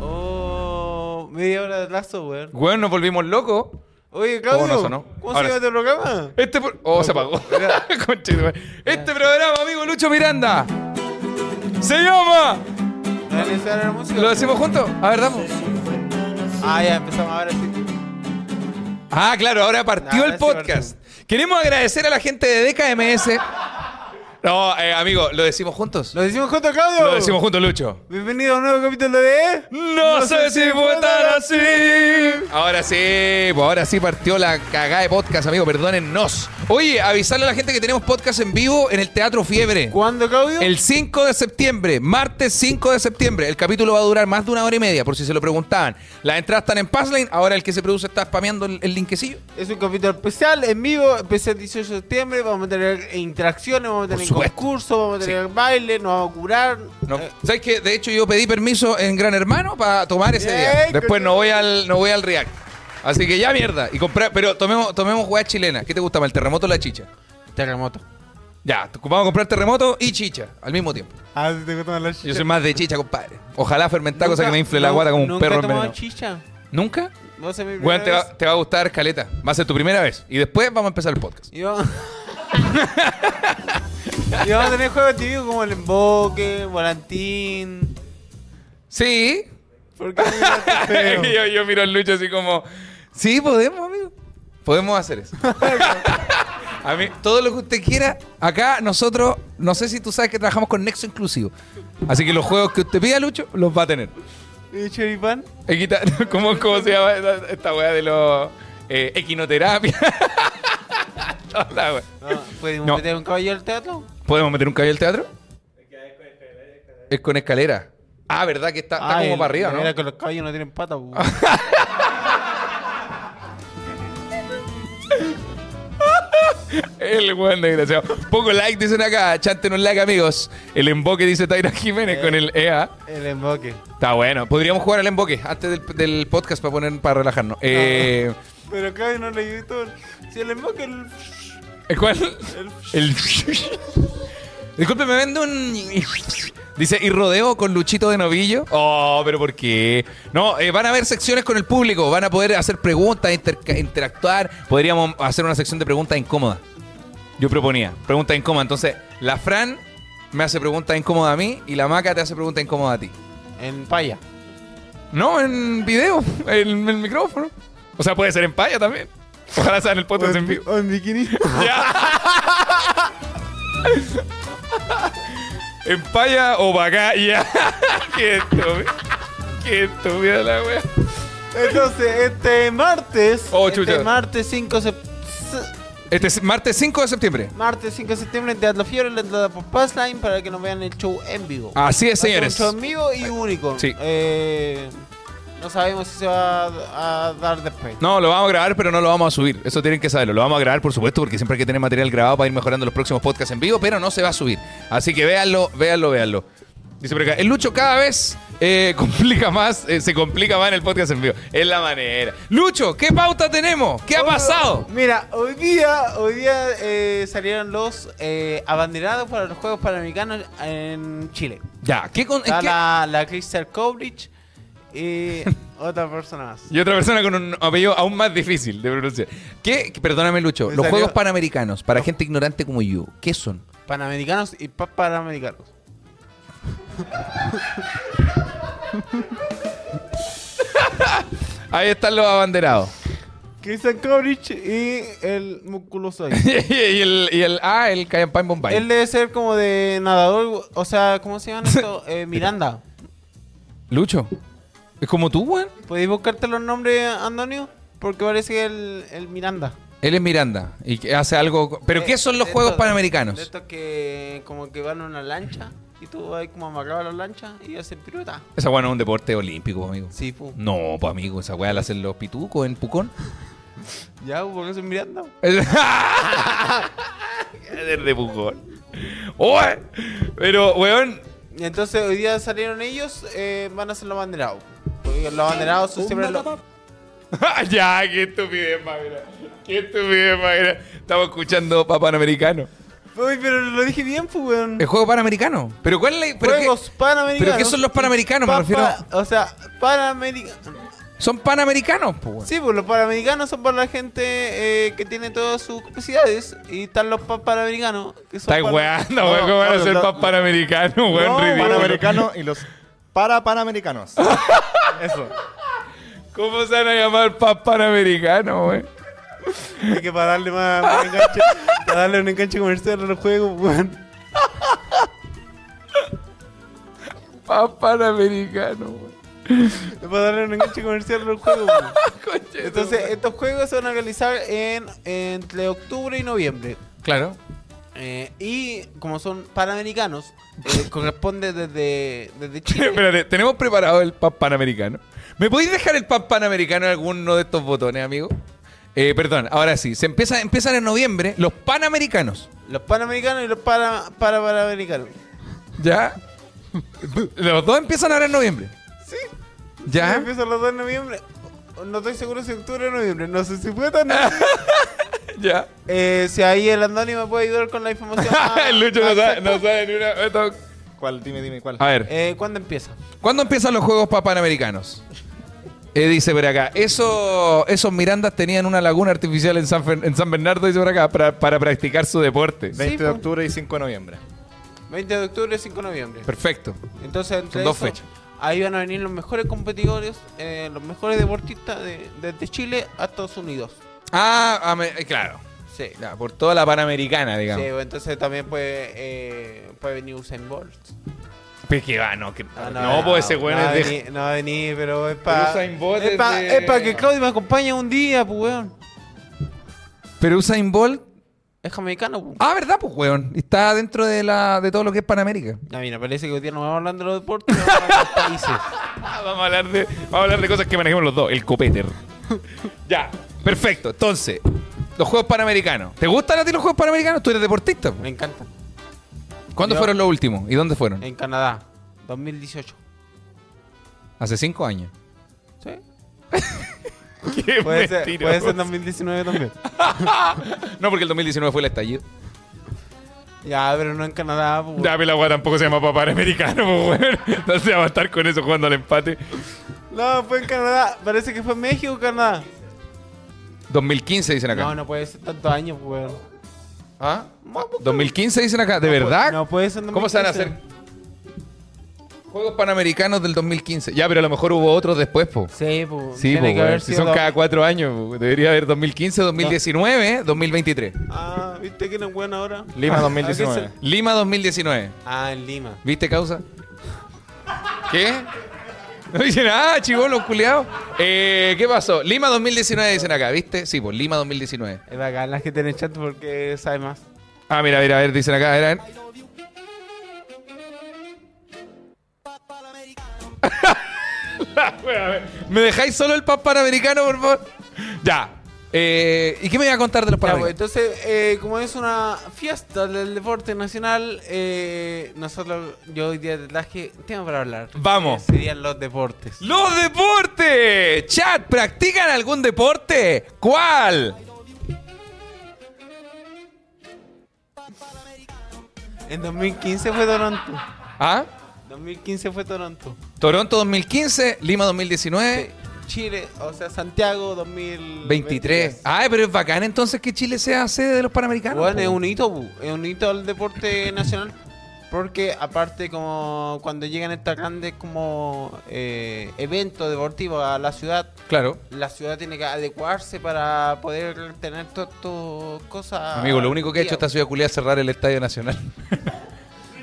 Speaker 2: Oh, media hora de atraso, weón.
Speaker 1: Weón, nos volvimos locos.
Speaker 2: Oye, Claudio,
Speaker 1: ¿Cómo no sonó?
Speaker 2: ¿cómo, se
Speaker 1: Ahora sí.
Speaker 2: llama este programa?
Speaker 1: Este pro- Oh, se apagó. Conche tu madre. este programa, amigo Lucho Miranda. Se llama.
Speaker 2: ¿Analizar la música?
Speaker 1: ¿Lo decimos juntos? A ver, damos.
Speaker 2: Ah, ya, empezamos ahora sí.
Speaker 1: Ah, claro, ahora partió
Speaker 2: Nah,
Speaker 1: el
Speaker 2: ese
Speaker 1: podcast. Queremos agradecer a la gente de DKMS. No, eh, amigo, lo decimos juntos.
Speaker 2: ¿Lo decimos juntos, Claudio?
Speaker 1: Lo decimos juntos, Mm. Lucho.
Speaker 2: Bienvenido a un nuevo capítulo de...
Speaker 1: No, sé si fue tan así. Ahora sí, pues ahora sí partió la cagada de podcast, amigo. Perdónennos. Oye, avisarle a la gente que tenemos podcast en vivo en el Teatro Fiebre.
Speaker 2: ¿Cuándo, Claudio?
Speaker 1: El 5 de septiembre, martes 5 de septiembre. El capítulo va a durar más de una hora y media, por si se lo preguntaban. Las entradas están en Passline. Ahora el que se produce está spameando el, el linquecillo.
Speaker 2: Es un capítulo especial, en vivo, empieza el 18 de septiembre, vamos a tener interacciones, vamos a
Speaker 1: Por
Speaker 2: tener
Speaker 1: supuesto.
Speaker 2: concursos, vamos a tener baile, nos vamos a curar.
Speaker 1: No.
Speaker 2: Eh,
Speaker 1: ¿Sabes qué? De hecho, yo pedí permiso en Gran Hermano para tomar ese día.
Speaker 2: Bien,
Speaker 1: Después
Speaker 2: coño.
Speaker 1: no voy al, no voy al React. Así que ya mierda. Y comprar, pero tomemos, tomemos hueá chilena. ¿Qué te gusta más? ¿El terremoto o la chicha?
Speaker 2: Terremoto.
Speaker 1: Ya, t- vamos a comprar terremoto y chicha al mismo tiempo.
Speaker 2: Ah, si te gustan las
Speaker 1: Yo soy más de chicha, compadre. Ojalá fermentar cosa que me infle la guata como un perro
Speaker 2: ¿Nunca he tomado
Speaker 1: envenenado.
Speaker 2: chicha?
Speaker 1: ¿Nunca?
Speaker 2: No sé, mi
Speaker 1: Weón,
Speaker 2: primera
Speaker 1: te, va,
Speaker 2: vez.
Speaker 1: te va a gustar Caleta. Va a ser tu primera vez. Y después vamos a empezar el podcast.
Speaker 2: Y vamos... y vamos a tener juegos típicos como el emboque, volantín...
Speaker 1: Sí.
Speaker 2: ¿Por qué me miraste feo?
Speaker 1: yo, yo miro al Lucho así como. Sí, podemos, amigo. Podemos hacer eso. a mí, todo lo que usted quiera. Acá nosotros, no sé si tú sabes que trabajamos con Nexo Inclusivo. Así que los juegos que usted pida, Lucho, los va a tener.
Speaker 2: ¿Y choripán?
Speaker 1: Eh, quita- ¿Cómo, cómo se llama esa- esta weá de los. eh, equinoterapia? Toda la wea.
Speaker 2: No, ¿Podemos
Speaker 1: No.
Speaker 2: meter un caballo al teatro?
Speaker 1: ¿Podemos meter un caballo al teatro? Es con escalera. Ah, ¿verdad? Que está, está
Speaker 2: Ah,
Speaker 1: como
Speaker 2: el-
Speaker 1: para arriba,
Speaker 2: la
Speaker 1: ¿no?
Speaker 2: verdad que los caballos no tienen patas, bu.
Speaker 1: El buen desgraciado. Poco like, dicen acá. Chanten un like, amigos. El emboque, dice Taira Jiménez con el EA.
Speaker 2: El emboque.
Speaker 1: Está bueno. Podríamos jugar al emboque antes del, del podcast para poner para relajarnos. Eh,
Speaker 2: Pero caballo no le gritó. Si el emboque... El...
Speaker 1: ¿Cuál?
Speaker 2: el-
Speaker 1: El... Disculpe, me vende un... Dice, y rodeo con Luchito de Novillo. Oh, pero ¿por qué? No, eh, van a haber secciones con el público, van a poder hacer preguntas, interca- interactuar. Podríamos hacer una sección de preguntas incómodas. Yo proponía, preguntas incómodas. Entonces, la Fran me hace preguntas incómodas a mí y la Maca te hace preguntas incómodas a ti.
Speaker 2: En paya.
Speaker 1: No, en video, en el micrófono. O sea, puede ser en paya también. Ojalá sea en el podcast en vivo.
Speaker 2: en bikini.
Speaker 1: En paya o vaca, ya. Qué estúpida. Qué estúpida la wea.
Speaker 2: Entonces, este martes...
Speaker 1: Oh, chucha.
Speaker 2: este martes 5 de sep-
Speaker 1: Este es martes 5 de septiembre.
Speaker 2: Martes 5 de septiembre en Teatro Fiore, la entrada por Passline para que nos vean el show en vivo.
Speaker 1: Así es,
Speaker 2: Va a ser
Speaker 1: Ah, señores.
Speaker 2: Un show en vivo y único.
Speaker 1: Sí.
Speaker 2: Eh, no sabemos si se va a, a dar después.
Speaker 1: No, lo vamos a grabar, pero no lo vamos a subir. Eso tienen que saberlo. Lo vamos a grabar, por supuesto, porque siempre hay que tener material grabado para ir mejorando los próximos podcasts en vivo, pero no se va a subir. Así que véanlo, véanlo, véanlo. Dice por acá, el Lucho cada vez eh, complica más, eh, se complica más en el podcast en vivo. Es la manera. Lucho, ¿qué pauta tenemos? ¿Qué ha
Speaker 2: Hoy-
Speaker 1: pasado?
Speaker 2: Mira, hoy día, hoy día eh, salieron los eh, abanderados para los Juegos Panamericanos en Chile.
Speaker 1: Ya, ¿qué con,
Speaker 2: Está
Speaker 1: qué-
Speaker 2: la, la Crystal Coverage y otra persona más.
Speaker 1: Y otra persona con un apellido aún más difícil de pronunciar. ¿Qué? Perdóname, Lucho.
Speaker 2: Me
Speaker 1: Los
Speaker 2: salió-
Speaker 1: Juegos Panamericanos, para gente ignorante como yo, ¿qué son?
Speaker 2: Panamericanos y pa- Panamericanos.
Speaker 1: Ahí están los abanderados.
Speaker 2: Crystal Coverage y el musculoso ahí.
Speaker 1: y, el, y el... Ah, el Cayampa en Bombay.
Speaker 2: Él debe ser como de nadador, o sea, ¿cómo se llaman esto? Eh, Miranda.
Speaker 1: Lucho. ¿Es como tú, weón?
Speaker 2: ¿Podéis buscarte los nombres, Antonio? Porque parece que el, el Miranda.
Speaker 1: Él es Miranda y que hace algo. ¿Pero
Speaker 2: Eh,
Speaker 1: qué son los
Speaker 2: de
Speaker 1: Juegos
Speaker 2: estos-
Speaker 1: Panamericanos?
Speaker 2: De estos que como que van a una lancha y tú vas como amarrado a la lancha y hacen pirueta.
Speaker 1: Esa weá no es un deporte olímpico, amigo.
Speaker 2: Sí, pu.
Speaker 1: No, pues amigo, esa weá la hacen los pitucos en Pucón.
Speaker 2: Ya, pues, pu, porque soy Miranda.
Speaker 1: Desde Pucón. ¡Oye! Pero, weón.
Speaker 2: Y entonces hoy día salieron ellos, eh, van a ser los abanderados. Porque los abanderados son siempre los...
Speaker 1: ya, qué estupidez, Magda. Qué estupidez, Magda. Estamos escuchando pa' Panamericano.
Speaker 2: Uy, pero lo dije bien, pues, weón.
Speaker 1: ¿El juego Panamericano? ¿Pero cuál es la- pero qué-
Speaker 2: Juegos Panamericanos.
Speaker 1: pero qué son los Panamericanos? Me
Speaker 2: Pa-
Speaker 1: refiero-
Speaker 2: pa- O sea, Panamericanos...
Speaker 1: Son Panamericanos, pues, weón.
Speaker 2: Sí, pues los panamericanos son para la gente eh, que tiene todas sus capacidades y están los pa- panamericanos. Que son
Speaker 1: Estás
Speaker 2: para-
Speaker 1: weando, weón. ¿Cómo van a
Speaker 4: no,
Speaker 1: ser
Speaker 4: no.
Speaker 1: pa' Panamericano, weón?
Speaker 4: No,
Speaker 1: Ridículo.
Speaker 4: Panamericano y los para panamericanos. Eso.
Speaker 1: ¿Cómo se van a llamar pa' Panamericano, weón?
Speaker 2: Así que para darle más, más enganche, para darle un enganche comercial a los juegos, weón.
Speaker 1: Pa' Panamericano, weón.
Speaker 2: Para darle un enganche comercial a los juegos, weón.
Speaker 1: Conche tu
Speaker 2: Entonces,
Speaker 1: madre.
Speaker 2: estos juegos se van a realizar en, entre octubre y noviembre.
Speaker 1: claro.
Speaker 2: Eh, y como son panamericanos, eh, corresponde desde, desde Chile.
Speaker 1: Espérate, tenemos preparado el pan panamericano. ¿Me podéis dejar el pan panamericano en alguno de estos botones, amigo? Eh, perdón, ahora sí. Se empieza, empiezan en noviembre los panamericanos.
Speaker 2: Los panamericanos y los para, para panamericanos.
Speaker 1: ¿Ya? los dos empiezan ahora en noviembre.
Speaker 2: Sí.
Speaker 1: ¿Ya?
Speaker 2: Empieza los 2 de noviembre. No estoy seguro si octubre o noviembre. No sé si puede tan.
Speaker 1: ¿Ya?
Speaker 2: eh, si ahí el Andoni me puede ayudar con la información.
Speaker 1: el Lucho no
Speaker 2: Ah,
Speaker 1: sabe, no sabe ni una. esto-
Speaker 4: ¿Cuál? Dime, dime, ¿cuál?
Speaker 1: A ver,
Speaker 2: Eh, ¿Cuándo empieza?
Speaker 1: ¿cuándo empiezan los juegos pa' panamericanos? Eh, dice por acá, eso, esos Mirandas tenían una laguna artificial en San, Fer- en San Bernardo, dice por acá, para, para practicar su deporte.
Speaker 4: 20
Speaker 2: Sí,
Speaker 4: de
Speaker 2: po.
Speaker 4: octubre y 5 de noviembre.
Speaker 2: 20 de octubre, 5 de noviembre.
Speaker 1: Perfecto.
Speaker 2: Entonces, entre
Speaker 1: Son dos
Speaker 2: eso,
Speaker 1: fechas.
Speaker 2: Ahí van a venir los mejores competidores, eh, los mejores deportistas de- desde Chile a Estados Unidos.
Speaker 1: Ah, ame- eh, claro.
Speaker 2: Sí.
Speaker 1: Ya, por toda la Panamericana,
Speaker 2: Sí,
Speaker 1: digamos.
Speaker 2: bueno, entonces también puede, eh, puede venir Usain Bolt.
Speaker 1: Pero que va, no. Que,
Speaker 2: Ah,
Speaker 1: no, pues ese
Speaker 2: no
Speaker 1: weón
Speaker 2: va
Speaker 1: es
Speaker 2: a
Speaker 1: de-
Speaker 2: venir- No va a venir, pero es
Speaker 1: Pero
Speaker 2: para.
Speaker 1: Usain Bolt
Speaker 2: Es
Speaker 1: es
Speaker 2: para
Speaker 1: de-
Speaker 2: que Claudio me acompañe un día, pues, weón.
Speaker 1: Pero Usain Bolt...
Speaker 2: Es jamaicano, pues.
Speaker 1: Ah, ¿verdad, pues, weón? Está dentro de, la, de todo lo que es Panamérica.
Speaker 2: Ah, mira, parece que hoy día no vamos hablando de los deportes, vamos a hablar de los países.
Speaker 1: Ah, vamos, a hablar de, vamos a hablar de cosas que manejemos los dos. El copeter. ya. Perfecto. Entonces, los Juegos Panamericanos. ¿Te gustan a ti los Juegos Panamericanos? Tú eres deportista.
Speaker 2: Me
Speaker 1: pues.
Speaker 2: encanta.
Speaker 1: ¿Cuándo
Speaker 2: yo- Eh.
Speaker 1: fueron los últimos? ¿Y dónde fueron?
Speaker 2: En Canadá, 2018.
Speaker 1: Hace cinco años.
Speaker 2: ¿Sí?
Speaker 1: Qué
Speaker 2: Puede ser, puede ser
Speaker 1: mentiroso.
Speaker 2: 2019 también.
Speaker 1: No, porque el 2019 fue el estallido.
Speaker 2: ya, pero no en Canadá, pues.
Speaker 1: Ya, pero la weá tampoco se llama papá americano, pues, weón. Entonces va a estar con eso jugando al empate.
Speaker 2: No, fue en Canadá. Parece que fue en México, Canadá.
Speaker 1: 2015 dicen acá.
Speaker 2: No, no puede ser tantos años, pues, weón.
Speaker 1: ¿Ah?
Speaker 2: No, pues,
Speaker 1: 2015 dicen acá, ¿de
Speaker 2: no puede-
Speaker 1: verdad?
Speaker 2: No puede ser en
Speaker 1: ¿Cómo se van a hacer?
Speaker 2: 2015.
Speaker 1: Juegos Panamericanos del 2015. Ya, pero a lo mejor hubo otros después, po. Sí,
Speaker 2: Sí, pues.
Speaker 1: po,
Speaker 2: tiene que
Speaker 1: weón.
Speaker 2: haber
Speaker 1: si
Speaker 2: sido
Speaker 1: son
Speaker 2: dos-
Speaker 1: cada cuatro años, po. debería haber 2015, 2019, 2023.
Speaker 2: Ah, ¿viste que no es bueno ahora?
Speaker 4: Lima
Speaker 2: Ah,
Speaker 4: 2019.
Speaker 2: ¿qué
Speaker 1: Lima 2019.
Speaker 2: Ah, en Lima.
Speaker 1: ¿Viste causa? ¿Qué? No dicen nada, chivolos culiados. Eh, ¿Qué pasó? Lima 2019 dicen acá, ¿viste? Sí, pues Lima 2019.
Speaker 2: Es bacán la gente en el chat porque sabe más.
Speaker 1: Ah, mira, mira, a ver, dicen acá, a ver, a ver. La wea, a ver. ¿Me dejáis solo el pan panamericano, por favor? Ya. Eh, ¿Y qué me iba a contar de los
Speaker 2: Ya, pues,
Speaker 1: panamericanos?
Speaker 2: entonces, eh, como es una fiesta del deporte nacional, eh, nosotros, yo hoy día te traje tema para hablar.
Speaker 1: Vamos.
Speaker 2: Que serían los deportes.
Speaker 1: ¡Los deportes! Chat, ¿practican algún deporte? ¿Cuál?
Speaker 2: En 2015 fue Toronto.
Speaker 1: ¿Ah?
Speaker 2: 2015 fue Toronto.
Speaker 1: Toronto 2015, Lima 2019.
Speaker 2: Sí. Chile, o sea, Santiago 2023.
Speaker 1: 23. Ay, pero es bacán entonces que Chile sea sede de los Panamericanos.
Speaker 2: Bueno,
Speaker 1: po.
Speaker 2: es un hito, bu, es un hito al deporte nacional. Porque aparte como cuando llegan estos grandes como eh, eventos deportivos a la ciudad,
Speaker 1: Claro.
Speaker 2: la ciudad tiene que adecuarse para poder tener todas estas cosas. Ah,
Speaker 1: Amigo, lo único que ha hecho esta
Speaker 2: activas.
Speaker 1: ciudad culia es cerrar el Estadio Nacional.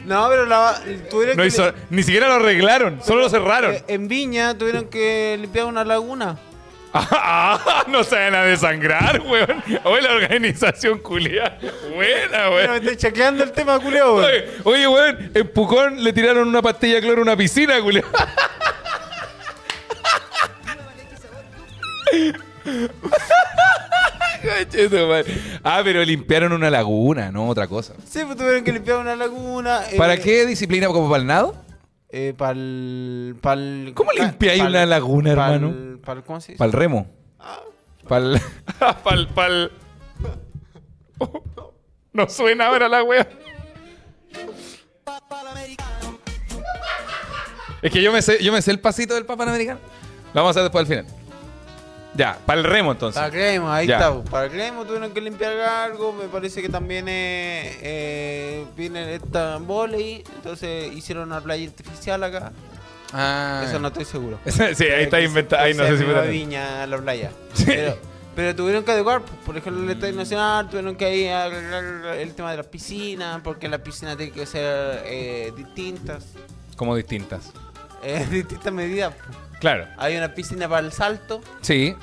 Speaker 2: No, pero la, tuvieron
Speaker 1: No
Speaker 2: que
Speaker 1: hizo- ni siquiera lo arreglaron, solo lo cerraron.
Speaker 2: Eh, En Viña tuvieron que limpiar una laguna.
Speaker 1: Ah, no se van a desangrar, weón. Oye, la organización culia. Buena,
Speaker 2: Pero me
Speaker 1: weón.
Speaker 2: estoy chacleando el tema, culeo. weón.
Speaker 1: Oye, oye, weón, en Pucón le tiraron una pastilla de cloro a una piscina, culia. Conche tu madre. ah, pero limpiaron una laguna, no otra cosa.
Speaker 2: Sí, pues tuvieron que limpiar una laguna. eh,
Speaker 1: ¿Para qué disciplina como para el nado?
Speaker 2: Eh, pal, pal,
Speaker 1: ¿Cómo
Speaker 2: ca-
Speaker 1: limpiáis una laguna,
Speaker 2: pal-
Speaker 1: hermano?
Speaker 2: Pal, ¿Cómo se dice?
Speaker 1: Para el remo. Para el. No suena ahora la wea. Es que yo me sé, yo me sé el pasito del Papa Americano. Lo vamos a hacer después al final. Ya, para el remo entonces.
Speaker 2: Para Clemo, ahí
Speaker 1: Ya.
Speaker 2: está. pues. Para Clemo tuvieron que limpiar algo. Me parece que también eh, eh, viene esta volei. Entonces hicieron una playa artificial acá.
Speaker 1: Ah.
Speaker 2: Eso no estoy seguro.
Speaker 1: sí, ahí está inventado. Ahí no sé si
Speaker 2: fue.
Speaker 1: fuera-
Speaker 2: viña la playa.
Speaker 1: Sí.
Speaker 2: Pero, pero tuvieron que adecuar, pues, por ejemplo, el Estadio Nacional, tuvieron que ahí arreglar el tema de las piscinas, porque las piscinas tienen que ser eh, distintas,
Speaker 1: Como distintas.
Speaker 2: eh, distintas medidas. pues.
Speaker 1: Claro.
Speaker 2: Hay una piscina para el salto
Speaker 1: Sí.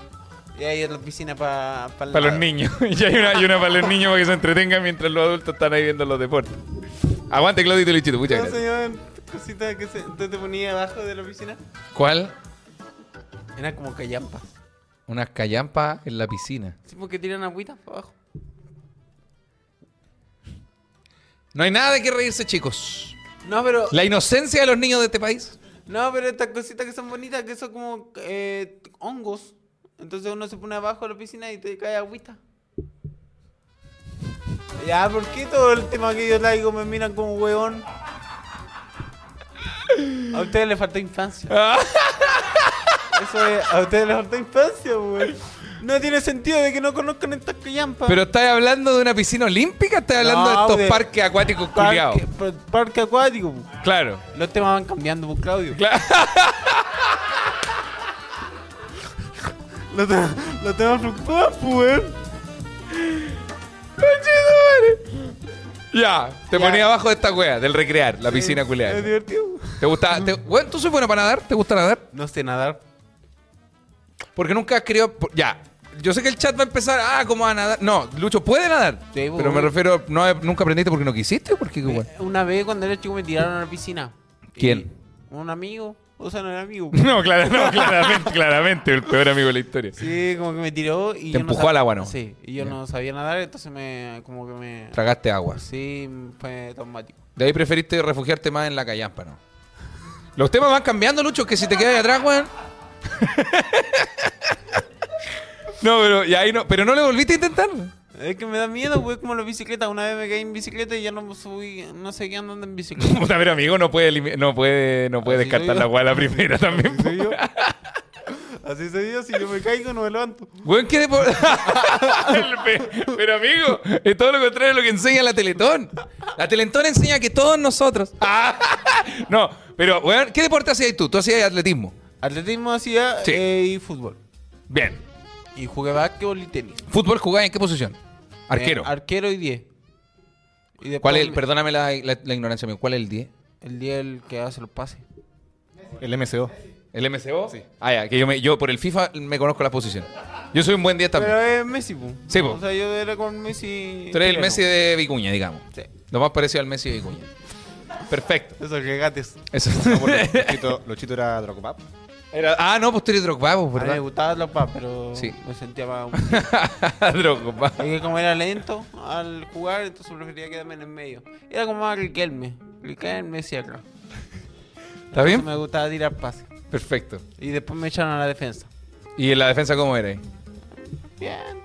Speaker 2: y hay otra piscina para
Speaker 1: Para los niños. Y hay una, y una para los niños para que se entretengan mientras los adultos están ahí viendo los deportes. Aguante, Claudio y Telichito. Muchas
Speaker 2: ¿Cómo
Speaker 1: gracias.
Speaker 2: se llaman cositas que se, tú te ponías abajo de la piscina?
Speaker 1: ¿Cuál?
Speaker 2: Era como callampas.
Speaker 1: Unas callampas en la piscina.
Speaker 2: Sí, porque tiran agüitas para abajo.
Speaker 1: No hay nada de qué reírse, chicos.
Speaker 2: No, pero
Speaker 1: La inocencia de los niños de este país.
Speaker 2: No, pero estas cositas que son bonitas, que son como eh, hongos. Entonces uno se pone abajo de la piscina y te cae agüita. Ya, ¿por qué todo el tema que yo traigo me miran como hueón? A ustedes les faltó infancia. Eso es, a ustedes les faltó infancia, weón. No tiene sentido de que no conozcan estas callampas.
Speaker 1: Pero estás hablando de una piscina olímpica, estás hablando de
Speaker 2: No,
Speaker 1: estos
Speaker 2: de-
Speaker 1: parques acuáticos culiados.
Speaker 2: parque, pa- parque acuático. po.
Speaker 1: Claro.
Speaker 2: Los temas van cambiando, pues, Claudio.
Speaker 1: Claro.
Speaker 2: Los temas, los temas fluctúan, pues, weón.
Speaker 1: Ya, te
Speaker 2: Ya.
Speaker 1: ponía abajo de esta wea, del recrear, la piscina
Speaker 2: Es
Speaker 1: culiada.
Speaker 2: divertido.
Speaker 1: ¿Te gusta? Te, bueno, ¿tú soy bueno para nadar? ¿Te gusta nadar?
Speaker 2: No sé nadar.
Speaker 1: Porque nunca has querido. por- Ya. Yo sé que el chat va a empezar. Ah, ¿cómo va a nadar? No, Lucho puede nadar.
Speaker 2: Sí, pues,
Speaker 1: pero me
Speaker 2: obvio.
Speaker 1: refiero. No, nunca aprendiste porque no quisiste o porque qué wea?
Speaker 2: Eh, Una vez cuando era chico me tiraron a la piscina.
Speaker 1: ¿Quién?
Speaker 2: Y un amigo. O sea, no era amigo.
Speaker 1: No, claro, no, claramente, claramente, el peor amigo de la historia.
Speaker 2: Sí, como que me tiró y
Speaker 1: Te
Speaker 2: yo no
Speaker 1: empujó
Speaker 2: sab-
Speaker 1: al agua, ¿no?
Speaker 2: Sí, y yo
Speaker 1: Ya.
Speaker 2: no sabía nadar, entonces me como que me
Speaker 1: Tragaste agua.
Speaker 2: sí, fue traumático.
Speaker 1: De ahí preferiste refugiarte más en la callampa, ¿no? Los temas van cambiando, Lucho, que si te quedas ahí atrás, weón. no, pero y ahí no, pero no le volviste a intentar.
Speaker 2: Es que me da miedo, güey, como la bicicleta. Una vez me caí en bicicleta y ya no subí, no seguí andando en bicicleta.
Speaker 1: Puta, pero amigo, no puede, elimi- no puede, no puede
Speaker 2: Así
Speaker 1: descartar
Speaker 2: soy yo.
Speaker 1: la weá a la primera también.
Speaker 2: Así soy yo. Así se dio, si yo me caigo no me levanto.
Speaker 1: Weón, ¿qué depo- El pe- Pero amigo, es todo lo contrario de lo que enseña la Teletón. La Teletón enseña que todos nosotros. Ah, no, pero weón, ¿qué deporte hacías tú? Tú hacías atletismo.
Speaker 2: Atletismo hacía
Speaker 1: Sí.
Speaker 2: eh, y fútbol.
Speaker 1: Bien.
Speaker 2: Y jugué básquetbol y tenis.
Speaker 1: ¿Fútbol jugabas en qué posición? Arquero.
Speaker 2: Eh, arquero y 10. Y después
Speaker 1: ¿Cuál es? el-
Speaker 2: me-
Speaker 1: Perdóname la, la- la ignorancia, amigo. ¿Cuál es el 10?
Speaker 2: El día el que hace los pases.
Speaker 4: El MCO.
Speaker 1: ¿El MCO? Sí. Ah, ya, que yo, me- yo por el FIFA me conozco la posición. Yo soy un buen 10 también.
Speaker 2: Pero es Messi, po.
Speaker 1: Sí, po.
Speaker 2: O sea, yo era con Messi.
Speaker 1: Tú eres el
Speaker 2: chileno.
Speaker 1: Messi de Vicuña, digamos.
Speaker 2: Sí.
Speaker 1: Lo más parecido al Messi de Vicuña. Perfecto.
Speaker 2: Esos regates.
Speaker 1: Eso.
Speaker 4: No, porque Luchito, Luchito era Drogba.
Speaker 1: Era- ah, no, pues tú eres Drogba, pues,
Speaker 2: A mí me
Speaker 1: ¿verdad?
Speaker 2: gustaban los pas, pero
Speaker 1: Sí.
Speaker 2: me sentía más.
Speaker 1: Drogba.
Speaker 2: Porque como era lento al jugar, entonces prefería quedarme en el medio. Era como más Riquelme. Riquelme sí acá.
Speaker 1: ¿Está bien?
Speaker 2: Me gustaba tirar pases.
Speaker 1: Perfecto.
Speaker 2: Y después me echaron a la defensa.
Speaker 1: ¿Y en la defensa cómo eres?
Speaker 2: Bien.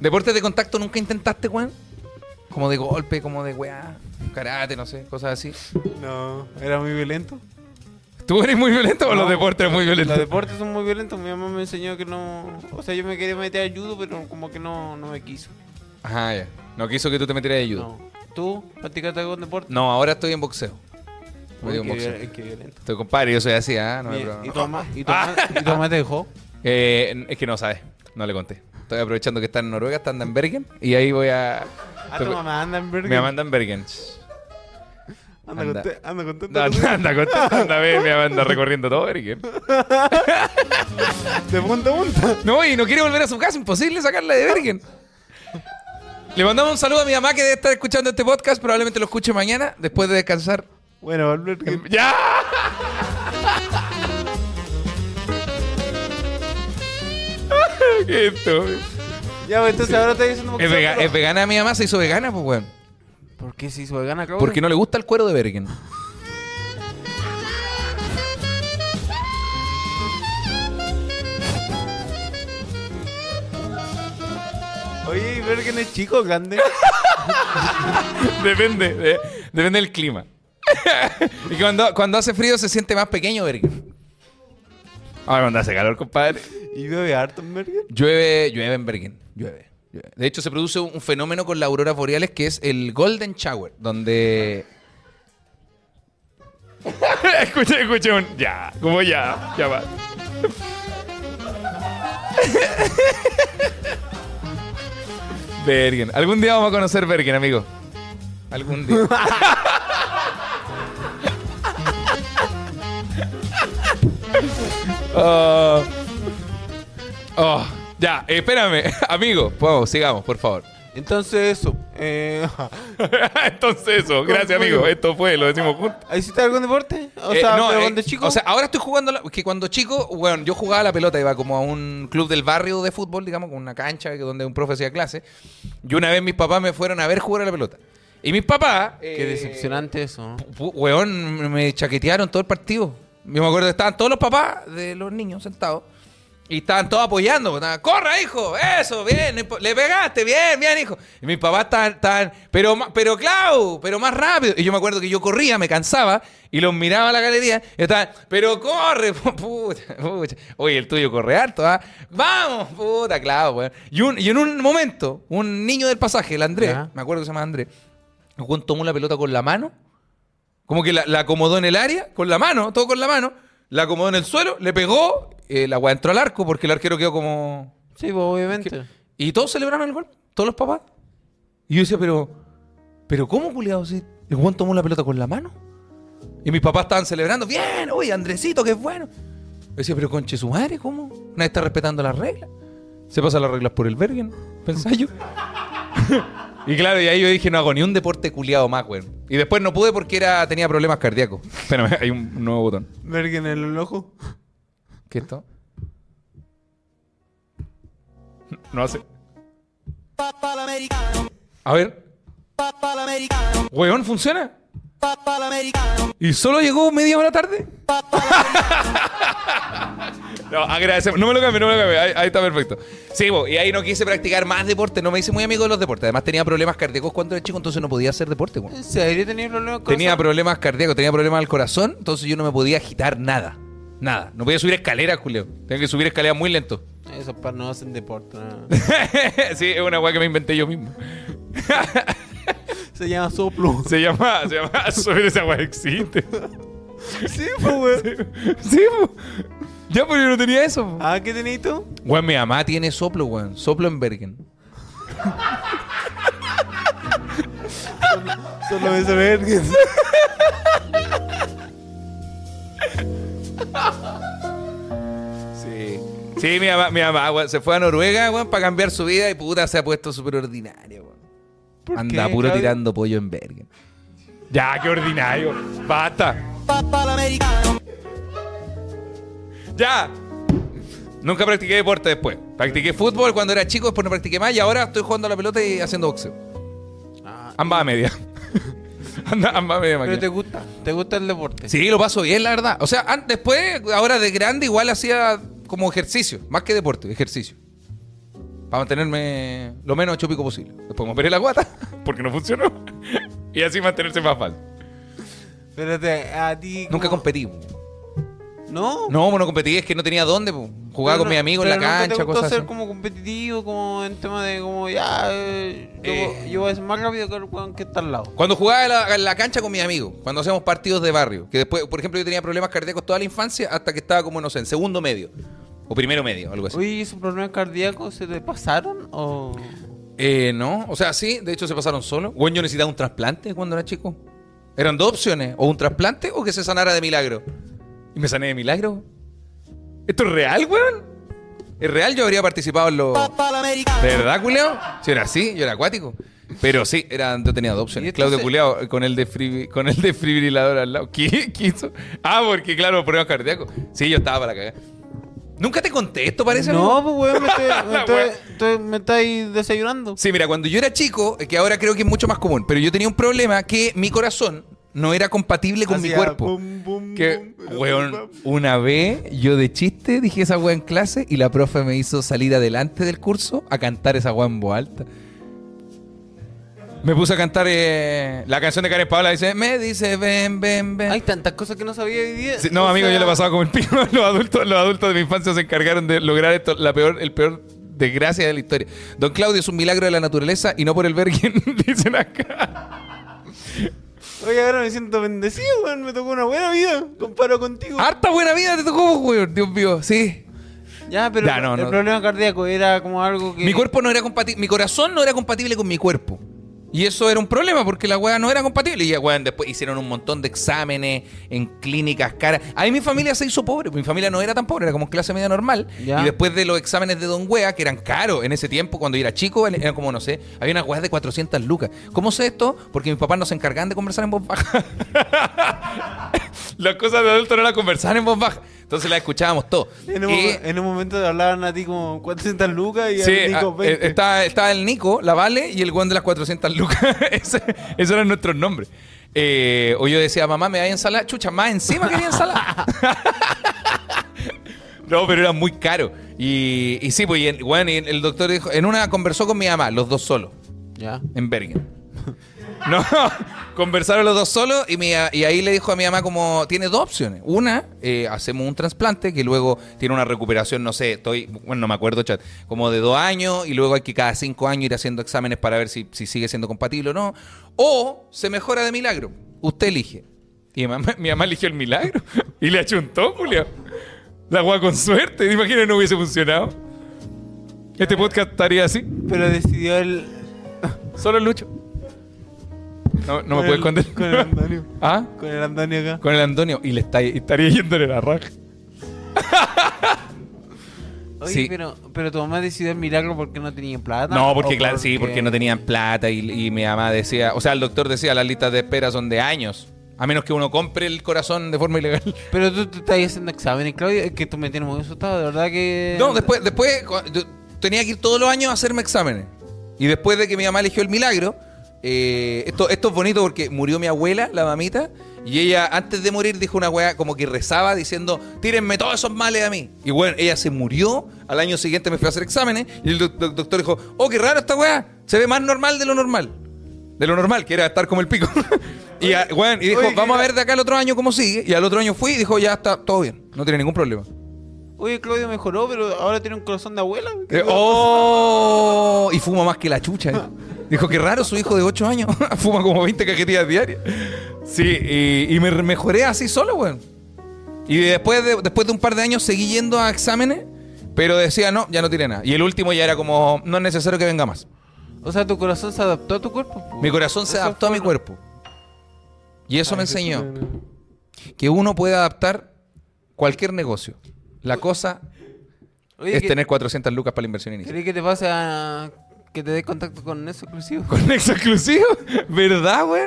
Speaker 1: ¿Deportes de contacto nunca intentaste, Juan? Como de golpe, como de weá, karate, no sé, cosas así.
Speaker 2: No, era muy violento.
Speaker 1: ¿Tú eres muy violento o
Speaker 2: No.
Speaker 1: los deportes eres muy violentos?
Speaker 2: Los deportes son muy violentos. Mi mamá me enseñó que no. O sea, yo me quería meter a judo, pero como que no, no me quiso.
Speaker 1: Ajá, ya. No quiso que tú te metieras de judo.
Speaker 2: No. ¿Tú practicaste algún deporte?
Speaker 1: No, ahora estoy en boxeo. Voy
Speaker 2: Uy,
Speaker 1: en
Speaker 2: qué,
Speaker 1: boxeo.
Speaker 2: viol- qué violento.
Speaker 1: Estoy compadre, yo soy así, ¿ah? No Ah. me
Speaker 2: Bien, ¿Y
Speaker 1: problema.
Speaker 2: tu mamá, y tu mamá- y tu mamá te dejó?
Speaker 1: Eh, es que no sabes, no le conté. Estoy aprovechando que está en Noruega, está en Bergen, y ahí voy a.
Speaker 2: Ah, tu Ah, mamá anda en
Speaker 1: Me
Speaker 2: Bergen.
Speaker 1: mandan Bergen.
Speaker 2: Anda,
Speaker 1: Anda.
Speaker 2: conte- anda contento.
Speaker 1: Anda, anda, anda, contento, anda, ve, me anda recorriendo todo, Eric.
Speaker 2: De punta a punta.
Speaker 1: No, y no quiere volver a su casa, imposible sacarla de Bergen. Le mandamos un saludo a mi mamá que debe estar escuchando este podcast, probablemente lo escuche mañana, después de descansar.
Speaker 2: Bueno, volver que-
Speaker 1: ¡Ya! ¿Qué esto?
Speaker 2: Ya, pues, entonces ahora te estoy diciendo por qué
Speaker 1: Es,
Speaker 2: se
Speaker 1: vega-
Speaker 2: operó.
Speaker 1: es vegana mi mamá, se hizo vegana, pues, weón.
Speaker 2: ¿Por qué se hizo vegana, Claudio?
Speaker 1: Porque no le gusta el cuero de Bergen.
Speaker 2: Oye, ver que no es chico, grande.
Speaker 1: Depende, de- depende del clima. y cuando, cuando hace frío se siente más pequeño, Bergen. Ahora Ah, cuando hace calor, compadre.
Speaker 2: y bebe harto, verga.
Speaker 1: Llueve, llueve en Bergen. Llueve. llueve. De hecho, se produce un un fenómeno con las auroras boreales que es el Golden Shower, donde. escuché, escuché un. Ya, como ya, ya va. Bergen. Algún día vamos a conocer Bergen, amigo. Algún día. Ah. Oh, ya, espérame, amigo. Vamos, sigamos, por favor.
Speaker 2: Entonces, eso. Eh,
Speaker 1: Entonces eso, gracias amigo. Esto fue, lo decimos juntos.
Speaker 2: ¿Hiciste algún deporte? O
Speaker 1: Eh,
Speaker 2: sea,
Speaker 1: no,
Speaker 2: pero
Speaker 1: eh,
Speaker 2: cuando chico.
Speaker 1: O sea, ahora estoy jugando. la- que cuando chico, bueno, yo jugaba a la pelota, iba como a un club del barrio de fútbol, digamos, con una cancha que- donde un profe hacía clase. Y una vez mis papás me fueron a ver jugar a la pelota. Y mis papás.
Speaker 2: qué
Speaker 1: eh,
Speaker 2: decepcionante eso. ¿no?
Speaker 1: pu- Weón, me chaquetearon todo el partido. Yo me acuerdo, estaban todos los papás de los niños sentados. Y estaban todos apoyando. pues, Estaban, ¡Corra, hijo! ¡Eso! ¡Bien! no impo- ¡Le pegaste! ¡Bien, bien, hijo! Y mis papás estaban... estaban, pero, ma- pero, Clau, pero más rápido. Y yo me acuerdo que yo corría, me cansaba, y los miraba a la galería. Y estaban, pero corre, pu- puta, pucha. Oye, el tuyo corre harto, ¿ah? ¡Vamos! Puta, Clau, weón. Y, un- y en un momento, un niño del pasaje, el Andrés,
Speaker 2: Ya.
Speaker 1: me acuerdo que se llama Andrés, el weón tomó la pelota con la mano. Como que la, la acomodó en el área, con la mano, todo con la mano. La acomodó en el suelo, le pegó, eh, la weá entró al arco porque el arquero quedó como...
Speaker 2: Sí, pues, obviamente.
Speaker 1: Y todos celebraron el gol, todos los papás. Y yo decía, pero... ¿Pero cómo, culiado? Si el Juan tomó la pelota con la mano. Y mis papás estaban celebrando. Bien, oye, Andresito, qué bueno. Yo decía, pero conche su madre, ¿cómo? Nadie está respetando las reglas. Se pasan las reglas por el Bergen, pensaba yo. y claro, y ahí yo dije, no hago ni un deporte culiado más, weón. Y después no pude porque era, tenía problemas cardíacos. Espérame, hay un nuevo botón.
Speaker 2: Verga en el ojo.
Speaker 1: ¿Qué es esto? No hace. A ver. Weón, ¿funciona? ¿Y solo llegó media hora tarde? No, agradecemos. No me lo cambie, no me lo cambie. Ahí, ahí está perfecto. Sí, bo, y ahí no quise practicar más deporte. No me hice muy amigo de los deportes. Además, tenía problemas cardíacos cuando era chico, entonces no podía hacer deporte, weón.
Speaker 2: ¿En serio tenía problemas con
Speaker 1: Tenía
Speaker 2: eso?
Speaker 1: problemas cardíacos, tenía problemas al corazón, entonces yo no me podía agitar nada. Nada. No podía subir escaleras, Julio. Tenía que subir escaleras muy lento.
Speaker 2: Esos par no hacen deporte. no.
Speaker 1: sí, es una weá que me inventé yo mismo.
Speaker 2: Se llama soplo.
Speaker 1: Se llama, se llama, subir esa weá existe.
Speaker 2: sí, pues, güey.
Speaker 1: sí, po. Ya, pero yo no tenía eso, po.
Speaker 2: Ah, ¿qué tenías tú?
Speaker 1: Weón, mi mamá tiene soplo, weón. Soplo en Bergen.
Speaker 2: Solo me saber que
Speaker 1: Sí. Sí, mi mamá, mi mamá, weón, se fue a Noruega, weón, para cambiar su vida y puta se ha puesto súper ordinaria, weón.
Speaker 2: ¿Por
Speaker 1: Anda
Speaker 2: qué,
Speaker 1: puro
Speaker 2: Claudio?
Speaker 1: tirando pollo en Bergen. Ya, qué ordinario. Basta. Ya. Nunca practiqué deporte después. Practiqué fútbol cuando era chico, después no practiqué más y ahora estoy jugando a la pelota y haciendo boxeo. Ambas a media. Anda- ambas a media.
Speaker 2: Ah. Pero
Speaker 1: máquina.
Speaker 2: te gusta, te gusta el deporte.
Speaker 1: Sí, lo paso bien, la verdad. O sea, an- después, ahora de grande, igual hacía como ejercicio, más que deporte, ejercicio. Para mantenerme lo menos chopico posible. Después me operé la guata, porque no funcionó. Y así mantenerse más fácil.
Speaker 2: Pero te, a ti.
Speaker 1: Nunca
Speaker 2: ¿cómo?
Speaker 1: competí. po.
Speaker 2: No.
Speaker 1: No, po, no competí, es que no tenía dónde. po. Jugaba
Speaker 2: Pero
Speaker 1: con
Speaker 2: no-
Speaker 1: mis amigos en la
Speaker 2: pero nunca
Speaker 1: cancha,
Speaker 2: te gustó
Speaker 1: cosas
Speaker 2: ser
Speaker 1: así.
Speaker 2: como competitivo, como en tema de como ya. eh, yo,
Speaker 1: Eh.
Speaker 2: yo voy a ser más rápido que el weón que está al lado.
Speaker 1: Cuando jugaba en la, en la cancha con mis amigos, cuando hacíamos partidos de barrio, que después, por ejemplo, yo tenía problemas cardíacos toda la infancia hasta que estaba como, no sé, en segundo medio. O primero medio, algo así.
Speaker 2: Oye, ¿y esos problemas cardíacos se te pasaron o.?
Speaker 1: Eh, no, o sea, sí, de hecho se pasaron solo. Bueno, yo necesitaba un trasplante cuando era chico. Eran dos opciones, o un trasplante o que se sanara de milagro. Y me sané de milagro. ¿Esto es real, weón? ¿Es real? Yo habría participado en los... ¿De verdad, culiao? Si era así, yo era acuático. Pero sí, era, yo tenía dos
Speaker 2: Y
Speaker 1: opciones.
Speaker 2: entonces-
Speaker 1: Claudio Culeado con el desfibri- con el desfibrilador al lado. ¿Qué? ¿Qué hizo? Ah, porque claro, problemas cardíacos. Sí, yo estaba para cagar. Nunca te contesto, parece.
Speaker 2: No,
Speaker 1: amigo?
Speaker 2: pues weón, me estoy- me
Speaker 1: La
Speaker 2: estoy-
Speaker 1: weá.
Speaker 2: estoy- me estáis desayunando.
Speaker 1: Sí, mira, cuando yo era chico, que ahora creo que es mucho más común, pero yo tenía un problema que mi corazón no era compatible con mi
Speaker 2: Hacía
Speaker 1: cuerpo.
Speaker 2: bum, bum,
Speaker 1: que,
Speaker 2: bum,
Speaker 1: weón, una vez yo de chiste dije esa weá en clase y la profe me hizo salir adelante del curso a cantar esa weá en voz alta. Me puse a cantar eh, la canción de Karen Paula, dice, me dice, ven, ven, ven.
Speaker 2: Hay tantas cosas que no sabía hoy día.
Speaker 1: Sí, no,
Speaker 2: O
Speaker 1: amigo,
Speaker 2: sea,
Speaker 1: yo le pasaba como el pino. Los adultos, los adultos de mi infancia se encargaron de lograr esto, la peor, el peor desgracia de la historia. Don Claudio es un milagro de la naturaleza y no por el verguen, dicen acá.
Speaker 2: Oye, ahora me siento bendecido, weón. Me tocó una buena vida. Comparo contigo.
Speaker 1: Harta buena vida te tocó, pues, weón. Dios mío, sí.
Speaker 2: Ya, pero
Speaker 1: Ya, no,
Speaker 2: el
Speaker 1: no.
Speaker 2: problema cardíaco era como algo que.
Speaker 1: Mi cuerpo no era compatible, mi corazón no era compatible con mi cuerpo. Y eso era un problema porque la weá no era compatible. Y ya, weón, después hicieron un montón de exámenes en clínicas caras. Ahí mi familia se hizo pobre. Mi familia no era tan pobre, era como clase media normal.
Speaker 2: Ya.
Speaker 1: Y después de los exámenes de Don Wea, que eran caros en ese tiempo, cuando yo era chico, eran como, no sé, había unas weas de 400 lucas. ¿Cómo sé esto? Porque mis papás no se encargaban de conversar en voz baja. las cosas de adulto no las conversaban en voz baja. Entonces las escuchábamos todo.
Speaker 2: En un,
Speaker 1: Y-
Speaker 2: momen- en un momento te hablaban a ti como 400 lucas y
Speaker 1: Sí,
Speaker 2: a
Speaker 1: ah,
Speaker 2: Nico 20.
Speaker 1: eh, estaba, estaba el Nico, la Vale y el Juan de las 400 lucas. Ese- Esos eran nuestros nombres. Eh, o yo decía, mamá, me da ensalada. Chucha, más encima quería ensalada. no, pero era muy caro. Y, y sí, pues, y el, bueno, y el doctor dijo, en una conversó con mi mamá, los dos solos,
Speaker 2: Ya.
Speaker 1: en Bergen. No, conversaron los dos solos y, mi- y ahí le dijo a mi mamá como, tiene dos opciones. Una, eh, hacemos un trasplante que luego tiene una recuperación, no sé, estoy, bueno, no me acuerdo, chat, como de dos años y luego hay que cada cinco años ir haciendo exámenes para ver si, si sigue siendo compatible o no. O se mejora de milagro. Usted elige. Y mi mamá, mi mamá eligió el milagro y le achuntó, Julio. La agua con suerte. Imagínate, no hubiese funcionado. Este podcast estaría así.
Speaker 2: Pero decidió el.
Speaker 1: Solo Lucho. No, no me puedo
Speaker 2: puedes
Speaker 1: esconder.
Speaker 2: Con el Antonio.
Speaker 1: ¿Ah?
Speaker 2: Con el Antonio acá.
Speaker 1: Con el Antonio y le está, y estaría yéndole la raja.
Speaker 2: Oye,
Speaker 1: Sí.
Speaker 2: pero, pero tu mamá decidió el milagro porque no tenía plata.
Speaker 1: No, porque
Speaker 2: ¿O
Speaker 1: claro, sí, porque no tenían plata y, y mi mamá decía, o sea, el doctor decía, las listas de espera son de años, a menos que uno compre el corazón de forma ilegal.
Speaker 2: Pero tú te estás haciendo exámenes, Claudio. Es que tú me tienes muy asustado, de verdad que.
Speaker 1: No, después, después cu- yo tenía que ir todos los años a hacerme exámenes. Y después de que mi mamá eligió el milagro, eh, esto, esto es bonito porque murió mi abuela, la mamita, y ella antes de morir dijo una weá como que rezaba diciendo, tírenme todos esos males a mí. Y bueno, ella se murió, al año siguiente me fui a hacer exámenes, y el doc- doc- doctor dijo, oh, qué raro esta weá, se ve más normal de lo normal. De lo normal, que era estar como el pico. y, a- weón, y dijo,
Speaker 2: oye, qué
Speaker 1: vamos a
Speaker 2: gra-
Speaker 1: ver de acá al otro año cómo sigue. Y al otro año fui y dijo, ya está todo bien, no tiene ningún problema.
Speaker 2: Oye, Claudio mejoró, pero ahora tiene un corazón de abuela.
Speaker 1: Eh, ¡Oh! Y fuma más que la chucha. ¿eh? Dijo que raro su hijo de 8 años. fuma como 20 cajetillas diarias. Sí, y, y me re- mejoré así solo, weón. Y después de, después de un par de años seguí yendo a exámenes, pero decía, no, ya no tiene nada. Y el último ya era como, no es necesario que venga más.
Speaker 2: O sea, tu corazón se adaptó a tu cuerpo. po.
Speaker 1: Mi corazón se
Speaker 2: Eso
Speaker 1: adaptó a mi
Speaker 2: fue lo-
Speaker 1: cuerpo. Y eso me enseñó que uno puede adaptar cualquier negocio. La cosa
Speaker 2: Oye,
Speaker 1: es
Speaker 2: que-
Speaker 1: tener 400 lucas para la inversión inicial.
Speaker 2: ¿Querés que te pase a. que te dé contacto con eso exclusivo?
Speaker 1: ¿Con Nexo exclusivo? ¿Verdad, güey?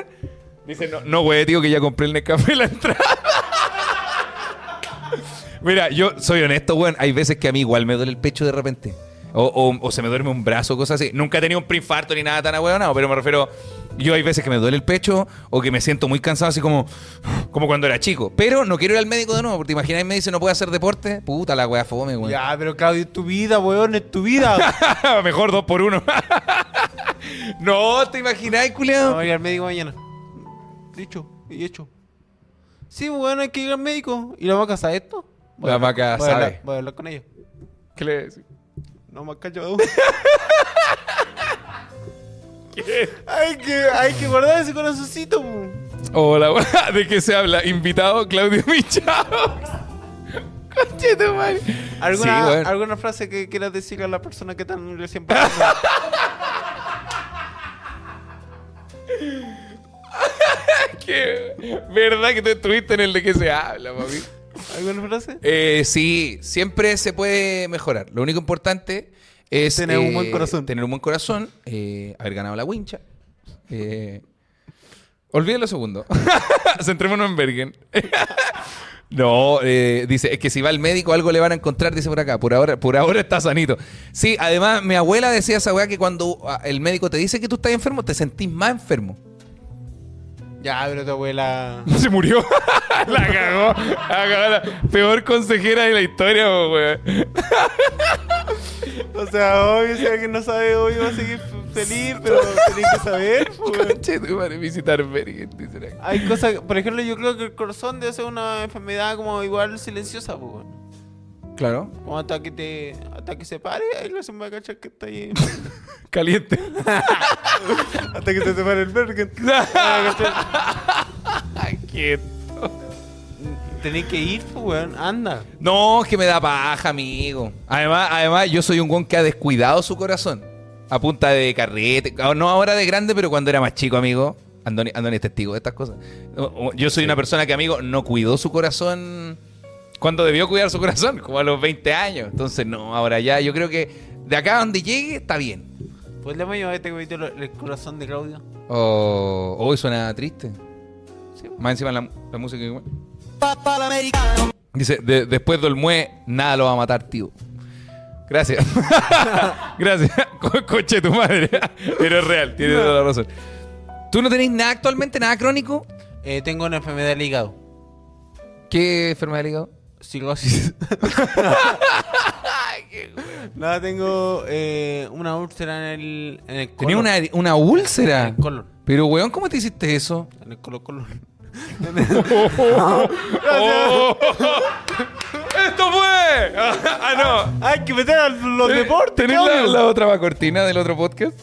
Speaker 1: Dice, no, no, güey, digo que ya compré el Nescafé la entrada. Mira, yo soy honesto, güey. Hay veces que a mí igual me duele el pecho de repente. O, o- o se me duerme un brazo, cosas así. Nunca he tenido un preinfarto ni nada tan ahueonado, pero me refiero. Yo hay veces que me duele el pecho o que me siento muy cansado, así como, como cuando era chico. Pero no quiero ir al médico de nuevo, porque imagináis me dice no puede hacer deporte. Puta la weá fome, güey.
Speaker 2: Ya, pero Claudio, es tu vida, weón, es tu vida.
Speaker 1: Mejor dos por uno. no, te imagináis, culiao.
Speaker 2: Vamos a ir al médico mañana. Dicho y hecho. Sí, weón, hay que ir al médico. ¿Y la vaca sabe esto? Voy a
Speaker 1: La
Speaker 2: hablar-
Speaker 1: vaca
Speaker 2: voy a hablar-
Speaker 1: sabe.
Speaker 2: Voy a hablar con ella.
Speaker 1: ¿Qué le decís?
Speaker 2: No me callado. Hay que, hay que guardar ese corazoncito. po.
Speaker 1: Hola, hola, ¿de qué se habla? Invitado Claudio Michao. Conche tu madre.
Speaker 2: ¿Alguna,
Speaker 1: Sí, bueno.
Speaker 2: ¿Alguna frase que quieras decir a la persona que tan recién pasada?
Speaker 1: que, ¿Verdad que tú estuviste en el de que se habla, papi?
Speaker 2: ¿Alguna frase?
Speaker 1: Eh, sí, siempre se puede mejorar. Lo único importante es
Speaker 2: Tener un
Speaker 1: eh,
Speaker 2: buen corazón.
Speaker 1: Tener un buen corazón, eh, haber ganado la wincha. Eh, olviden lo segundo. Centrémonos en Bergen. No, eh, dice, es que si va al médico algo le van a encontrar, dice por acá, por ahora, por ahora está sanito. Sí, además mi abuela decía esa weá que cuando ah, el médico te dice que tú estás enfermo, te sentís más enfermo.
Speaker 2: Ya, pero tu abuela.
Speaker 1: Se murió. la cagó. La cagó la peor consejera de la historia, po, weón.
Speaker 2: O sea, obvio, si alguien no sabe, obvio va a seguir feliz, pero tenés que saber. pues. po, weón.
Speaker 1: Conche tu madre, visitar Bergen, dice la-
Speaker 2: Hay cosas, por ejemplo, yo creo que el corazón debe ser una enfermedad como igual silenciosa, po, weón.
Speaker 1: Claro.
Speaker 2: Como hasta que te. hasta que se pare, ahí lo hacen va a cachar que está ahí.
Speaker 1: Caliente.
Speaker 2: hasta que se separe el Bergen. Tenés que ir, po, weón. Anda.
Speaker 1: No, es que me da paja, amigo. Además, además, yo soy un guan que ha descuidado su corazón. A punta de carrete. Ah, No ahora de grande, pero cuando era más chico, amigo. Andoni, Andoni es testigo de estas cosas. O- o- Yo soy una persona que, amigo, no cuidó su corazón cuando debió cuidar su corazón, como a los 20 años. Entonces, no, ahora ya, yo creo que de acá a donde llegue, está bien.
Speaker 2: Pues le hemos llevado a este huevito lo- el corazón de Claudio.
Speaker 1: Oh, hoy suena triste.
Speaker 2: Sí.
Speaker 1: Más encima la, la música igual. Dice, "De- después del mue, nada lo va a matar, tío. Gracias. Gracias. Co- Coche tu madre. Pero es real, tienes toda la razón. ¿Tú no tenés nada actualmente, nada crónico?
Speaker 2: Eh, tengo una enfermedad del hígado.
Speaker 1: ¿Qué enfermedad del hígado?
Speaker 2: Cirrosis. no, tengo eh, una úlcera en el. En el
Speaker 1: Tenía
Speaker 2: colon.
Speaker 1: una, una úlcera.
Speaker 2: En el colon.
Speaker 1: Pero, weón, ¿cómo te hiciste eso?
Speaker 2: En el colon, colon.
Speaker 1: ¡Esto fue! ¡Ah, no!
Speaker 2: Hay que meter a los deportes,
Speaker 1: Eh, ¿Tenés la,
Speaker 2: Claudio.
Speaker 1: la otra va cortina del otro podcast?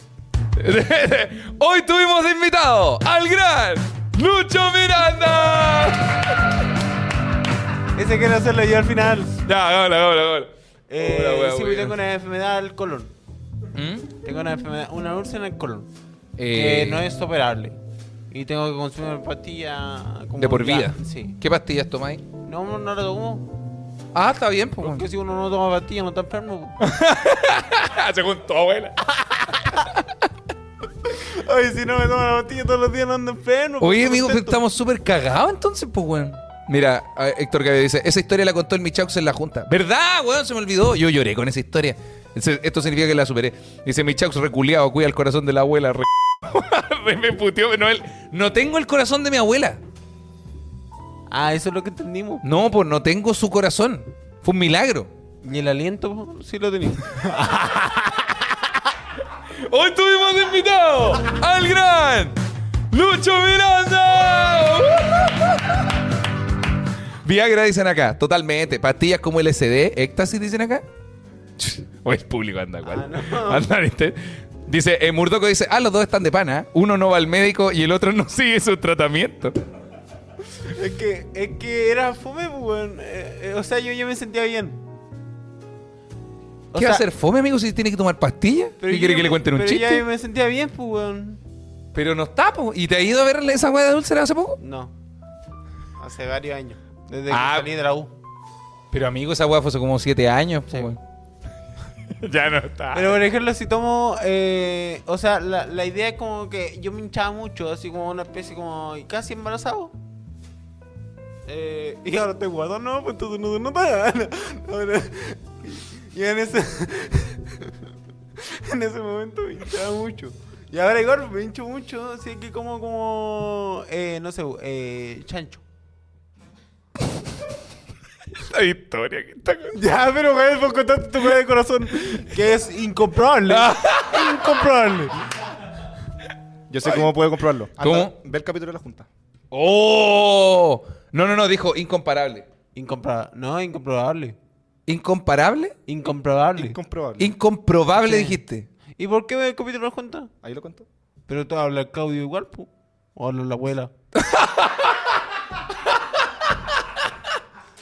Speaker 1: Hoy tuvimos de invitado al gran Lucho Miranda.
Speaker 2: Ese quiero hacerlo yo al final.
Speaker 1: Ya, hola, hola, hola.
Speaker 2: Eh,
Speaker 1: Hola, wea,
Speaker 2: sí,
Speaker 1: wea.
Speaker 2: tengo una enfermedad del colon.
Speaker 1: ¿Mm?
Speaker 2: Tengo una enfermedad, una úlcera en el colon.
Speaker 1: Eh,
Speaker 2: Que no es operable. Y tengo que consumir pastillas como
Speaker 1: De por
Speaker 2: ya-
Speaker 1: vida.
Speaker 2: Sí.
Speaker 1: ¿Qué pastillas tomáis?
Speaker 2: No, no la tomo.
Speaker 1: Ah, está bien, pues.
Speaker 2: Porque si uno no toma pastillas, no está enfermo.
Speaker 1: Según tu Ah, abuela.
Speaker 2: Ay, si no me tomo la pastilla todos los días, no ando enfermo.
Speaker 1: Oye, amigo, pero estamos súper cagados entonces, pues, weón. Mira, a- Héctor Gabriel dice, esa historia la contó el Michaux en la junta. ¿Verdad, weón? Se me olvidó. Yo lloré con esa historia. Ese- Esto significa que la superé. Dice Michaux reculeado, cuida el corazón de la abuela. re- Re me puteó, no, él- no tengo el corazón de mi abuela.
Speaker 2: Ah, eso es lo que entendimos.
Speaker 1: No, pues no tengo su corazón. Fue un milagro.
Speaker 2: Y el aliento, po, sí lo tenía.
Speaker 1: Hoy tuvimos de invitado al gran Lucho Miranda. Viagra dicen acá, totalmente. Pastillas como LSD, éxtasis dicen acá. O el público anda igual.
Speaker 2: Ah, no.
Speaker 1: Anda, ¿viste? Dice, eh, Murdoco dice, ah, los dos están de pana. Uno no va al médico y el otro no sigue su tratamiento.
Speaker 2: es, que, es que era fome, po, weón. Eh, eh, o sea, yo ya me sentía bien. O
Speaker 1: ¿Qué va a
Speaker 2: sea,
Speaker 1: hacer fome, amigo, si tiene que tomar pastillas?
Speaker 2: pero
Speaker 1: ¿Y
Speaker 2: yo
Speaker 1: quiere que
Speaker 2: ya
Speaker 1: le
Speaker 2: me-
Speaker 1: cuenten un
Speaker 2: pero
Speaker 1: chiste?
Speaker 2: ya me sentía bien, pues, weón.
Speaker 1: Pero no está, po. ¿Y te ha ido a ver esa hueá de úlcera hace poco?
Speaker 2: No. Hace varios años. Desde
Speaker 1: Ah.
Speaker 2: que salí de la U.
Speaker 1: Pero amigo, esa hueá fue hace como siete años.
Speaker 2: Sí.
Speaker 1: po.
Speaker 3: ya no está.
Speaker 2: Pero por ejemplo, si tomo. eh, o sea, la, la idea es como que yo me hinchaba mucho, así como una especie como. casi embarazado. Eh, y ahora te guardo, no, pues entonces no se nota. Ahora- y en ese. en ese momento me hinchaba mucho. Y ahora igual me hincho mucho, así que como, como. eh, no sé, eh, chancho.
Speaker 3: Esta historia que está con-
Speaker 2: Ya, pero güey, por contarte tu weá de corazón. Que es incomprobable. incomprobable.
Speaker 4: Yo sé cómo puede comprobarlo. Anda,
Speaker 1: ¿Cómo?
Speaker 4: Ve el capítulo de la Junta.
Speaker 1: ¡Oh! No, no, no, dijo incomparable.
Speaker 2: Incomprobable. No, incomprobable.
Speaker 1: ¿Incomparable?
Speaker 2: Incomprobable.
Speaker 4: Incomprobable.
Speaker 1: Incomprobable
Speaker 2: Sí.
Speaker 1: dijiste.
Speaker 2: ¿Y por qué el capítulo no cuenta?
Speaker 4: Ahí lo contó.
Speaker 2: Pero tú hablas Claudio igual, pu. O hablas la abuela.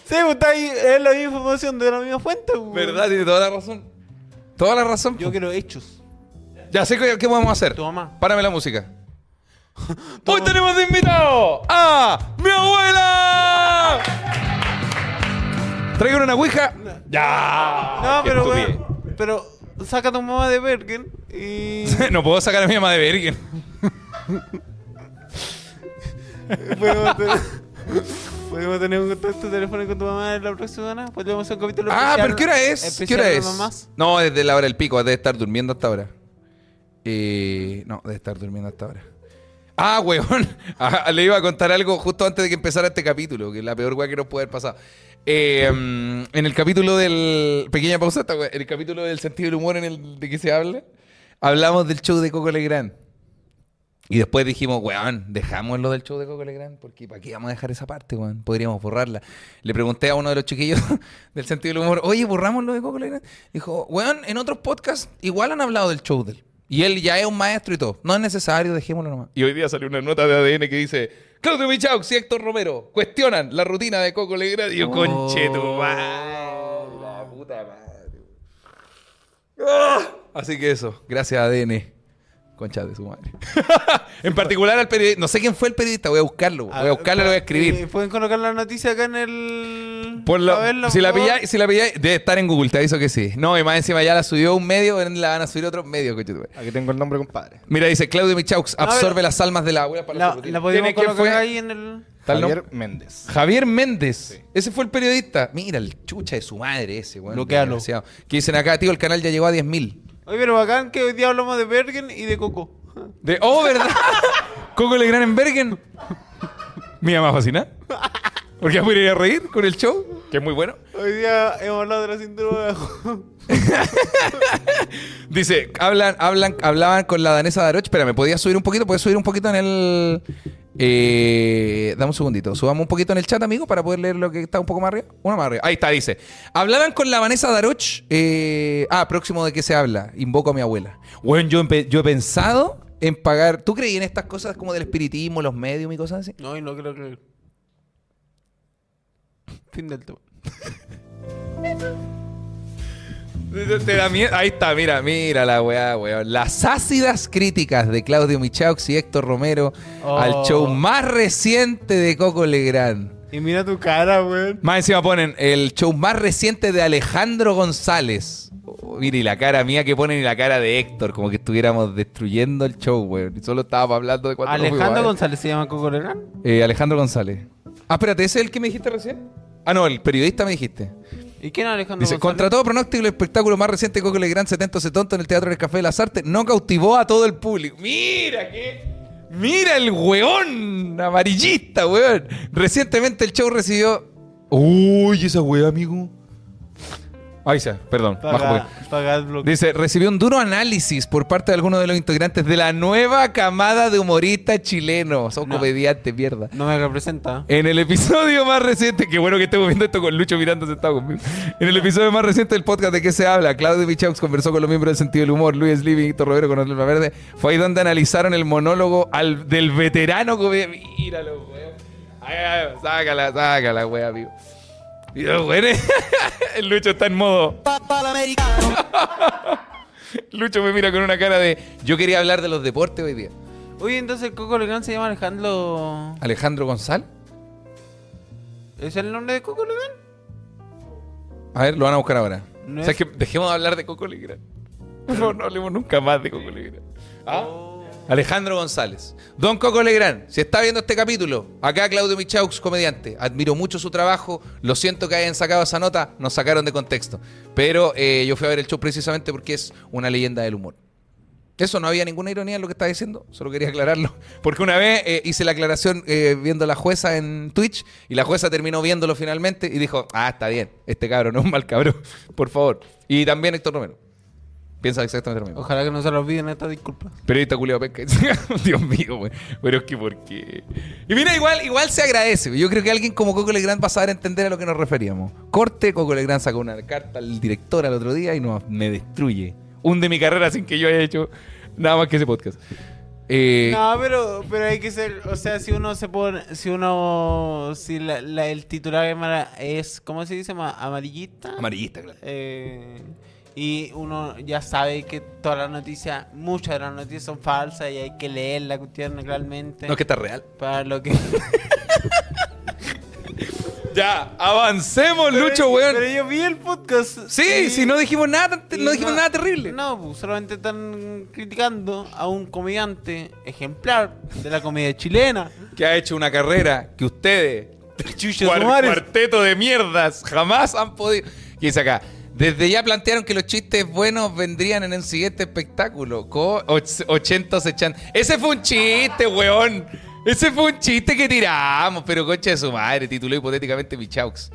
Speaker 2: sí, pues, está ahí, es la misma información de la misma fuente, pu.
Speaker 1: ¿Verdad? Tiene toda la razón. Toda la razón.
Speaker 2: Yo
Speaker 1: po.
Speaker 2: quiero hechos.
Speaker 1: Ya sé qué, qué vamos a hacer.
Speaker 2: Tu mamá.
Speaker 1: Párame la música. Hoy tenemos de invitado a mi abuela. Traigan una ouija. Ya.
Speaker 2: No,
Speaker 1: Qué
Speaker 2: pero
Speaker 1: estupidez.
Speaker 2: weón, Pero saca a tu mamá de Bergen y.
Speaker 1: no puedo sacar a mi mamá de Bergen.
Speaker 2: podemos, tener, podemos tener un contacto telefónico con tu mamá en la próxima semana. Podemos hacer un capítulo
Speaker 1: Ah,
Speaker 2: especial-
Speaker 1: pero ¿qué hora es? ¿Qué
Speaker 2: especial
Speaker 1: hora
Speaker 2: de
Speaker 1: es?
Speaker 2: mamás.
Speaker 1: No, desde la hora del pico, debe estar durmiendo hasta ahora. Eh, no, debe estar durmiendo hasta ahora. Ah, weón. Ah, le iba a contar algo justo antes de que empezara este capítulo, que es la peor weá que nos puede haber pasado. Eh, mm, en el capítulo del. Pequeña pausa, esta weá, En el capítulo del sentido del humor en el de que se habla, hablamos del show de Coco Legrand. Y después dijimos, weón, dejamos lo del show de Coco Legrand, porque ¿para qué vamos a dejar esa parte, weón? Podríamos borrarla. Le pregunté a uno de los chiquillos del sentido del humor, oye, borramos lo de Coco Legrand. Dijo, weón, en otros podcasts igual han hablado del show de él. Y él ya es un maestro y todo. No es necesario, dejémoslo nomás. Y hoy día salió una nota de ADN que dice, Claudio Michaux y Héctor Romero cuestionan la rutina de Coco Legrand. Y yo, conche tu madre, La puta madre. ¡Ah! Así que eso, gracias ADN. Concha de su madre. en particular al periodista. No sé quién fue el periodista, voy a buscarlo. Voy a buscarlo y lo voy a
Speaker 2: Eh,
Speaker 1: escribir.
Speaker 2: Pueden colocar la noticia acá en el.
Speaker 1: Por lo-
Speaker 2: A verla,
Speaker 1: si la
Speaker 2: por favor.
Speaker 1: pilláis, si la pilláis, debe estar en Google, te aviso que sí. No, y más encima ya la subió un medio, en- la van a subir otros medios, coche tu madre.
Speaker 4: Aquí tengo el nombre, compadre.
Speaker 1: Mira, dice Claudio Michaux, absorbe
Speaker 2: pero-
Speaker 1: las almas de la abuela para
Speaker 2: La,
Speaker 1: su rutina.
Speaker 2: la podemos
Speaker 1: ¿Tiene quién
Speaker 2: colocar
Speaker 1: fue?
Speaker 2: ahí en el.
Speaker 1: Tal nom-
Speaker 4: Javier Méndez.
Speaker 1: Javier Méndez. Ese fue el periodista. Mira, el chucha de su madre ese, weón.
Speaker 2: Bloquealo.
Speaker 1: desgraciado. Que dicen acá, tío, el canal ya llegó a 10.000.
Speaker 2: Oye, pero bacán que hoy día hablamos de Bergen y de Coco.
Speaker 1: De, oh, ¿verdad? Coco Legrand en Bergen. Mi mamá fascina. Porque voy a ir a reír con el show, que es muy bueno.
Speaker 2: Hoy día hemos hablado de la cintura de abajo.
Speaker 1: Dice, hablan, hablan, hablaban con la danesa Daroch. Espérame, ¿podías subir un poquito? ¿Puedes subir un poquito en el. Eh, dame un segundito. Subamos un poquito en el chat, amigo, para poder leer lo que está un poco más arriba. Una más arriba. Ahí está, dice. Hablaban con la Vanessa Daroch. eh, ah, próximo de qué se habla. Invoco a mi abuela. Bueno, yo, empe- yo he pensado en pagar. ¿Tú creí en estas cosas como del espiritismo, los medios y cosas así?
Speaker 2: No, y no creo que. Fin del tema.
Speaker 1: Te- te da mie- Ahí está, mira, mira la weá, weón. Las ácidas críticas de Claudio Michaux y Héctor Romero
Speaker 2: Oh.
Speaker 1: al show más reciente de Coco Legrand.
Speaker 2: Y mira tu cara, weón.
Speaker 1: Más encima ponen el show más reciente de Alejandro González. Oh, mira, y la cara mía que ponen y la cara de Héctor, como que estuviéramos destruyendo el show, weón. Y solo estábamos hablando de cuatro
Speaker 2: Alejandro
Speaker 1: González.
Speaker 2: González se llama Coco Legrand.
Speaker 1: ¿eh? Alejandro González. Ah, espérate, ¿ese es el que me dijiste recién? Ah, no, el periodista me dijiste.
Speaker 2: ¿Y quién es Alejandro
Speaker 1: Dice, contra
Speaker 2: González?
Speaker 1: todo pronóstico, el espectáculo más reciente de Coco Legrand, 70 se tonto en el Teatro del Café de las Artes, no cautivó a todo el público. ¡Mira qué! ¡Mira el weón! Amarillista, weón. Recientemente el show recibió... ¡Uy, esa weá, amigo! Ahí está, perdón. bajo un poquito.
Speaker 2: Paga, paga el bloque.
Speaker 1: Dice, recibió un duro análisis por parte de algunos de los integrantes de la nueva camada de humoristas chilenos. Son
Speaker 2: No.
Speaker 1: comediantes, mierda.
Speaker 2: No me representa.
Speaker 1: En el episodio más reciente, que bueno que estemos viendo esto con Lucho Miranda sentado conmigo. En el episodio más reciente del podcast de qué se habla, Claudio Michaux conversó con los miembros del Sentido del Humor, Luis Living, Víctor Romero con Alma Verde. Fue ahí donde analizaron el monólogo al- del veterano comedia. Míralo, weón. Ay, ay, Sácala, sácala, weón, amigo. Y los weones- el Lucho está en modo. Lucho me mira con una cara de. Yo quería hablar de los deportes hoy día.
Speaker 2: Oye, entonces Coco Legrand se llama Alejandro.
Speaker 1: Alejandro González.
Speaker 2: ¿Es el nombre de Coco Legrand?
Speaker 1: A ver, lo van a buscar ahora.
Speaker 2: No
Speaker 1: o sea,
Speaker 2: es-
Speaker 1: es que dejemos de hablar de Coco Legrand. Por favor, no hablemos nunca más de Coco Legrand. ¿Ah? Alejandro González. Don Coco Legrand, si está viendo este capítulo, acá Claudio Michaux, comediante. Admiro mucho su trabajo. Lo siento que hayan sacado esa nota. Nos sacaron de contexto. Pero eh, yo fui a ver el show precisamente porque es una leyenda del humor. Eso no había ninguna ironía en lo que estaba diciendo, solo quería aclararlo. Porque una vez eh, hice la aclaración eh, viendo a la jueza en Twitch y la jueza terminó viéndolo finalmente y dijo, ah, está bien, este cabrón no es un mal cabrón, por favor. Y también Héctor Romero. Piensa exactamente lo mismo.
Speaker 2: Ojalá que no se lo olviden esta disculpa.
Speaker 1: Periodista culiao pesca. Dios mío, güey. Pero es que por qué. Y mira, igual, igual se agradece. Yo creo que alguien como Coco Legrand va a saber entender a lo que nos referíamos. Corte, Coco Legrand sacó una carta al director al otro día y no, me destruye. Hunde mi carrera sin que yo haya hecho nada más que ese podcast. Eh,
Speaker 2: No, pero, pero hay que ser, o sea, si uno se pone, si uno, si la, la- el titular es, mara- es, ¿cómo se dice? Ma- Amarillista.
Speaker 1: Amarillista, claro.
Speaker 2: Eh, Y uno ya sabe que todas las noticias, muchas de las noticias son falsas y hay que leer la cuestión realmente.
Speaker 1: No, que está real.
Speaker 2: Para lo que.
Speaker 1: Ya, avancemos, Lucho,
Speaker 2: Pero
Speaker 1: weón.
Speaker 2: yo vi el podcast.
Speaker 1: Sí,
Speaker 2: y-
Speaker 1: si no dijimos nada,
Speaker 2: y
Speaker 1: no dijimos nada terrible.
Speaker 2: No, pues, solamente están criticando a un comediante ejemplar de la comedia chilena.
Speaker 1: Que ha hecho una carrera que ustedes,
Speaker 2: Chucho
Speaker 1: cuar-
Speaker 2: Suárez.
Speaker 1: cuarteto de mierdas, jamás han podido. Y dice acá, desde ya plantearon que los chistes buenos vendrían en el siguiente espectáculo. Co- och- 80 echan. Ese fue un chiste, weón. Ese fue un chiste que tiramos, pero concha de su madre, tituló hipotéticamente Michaux.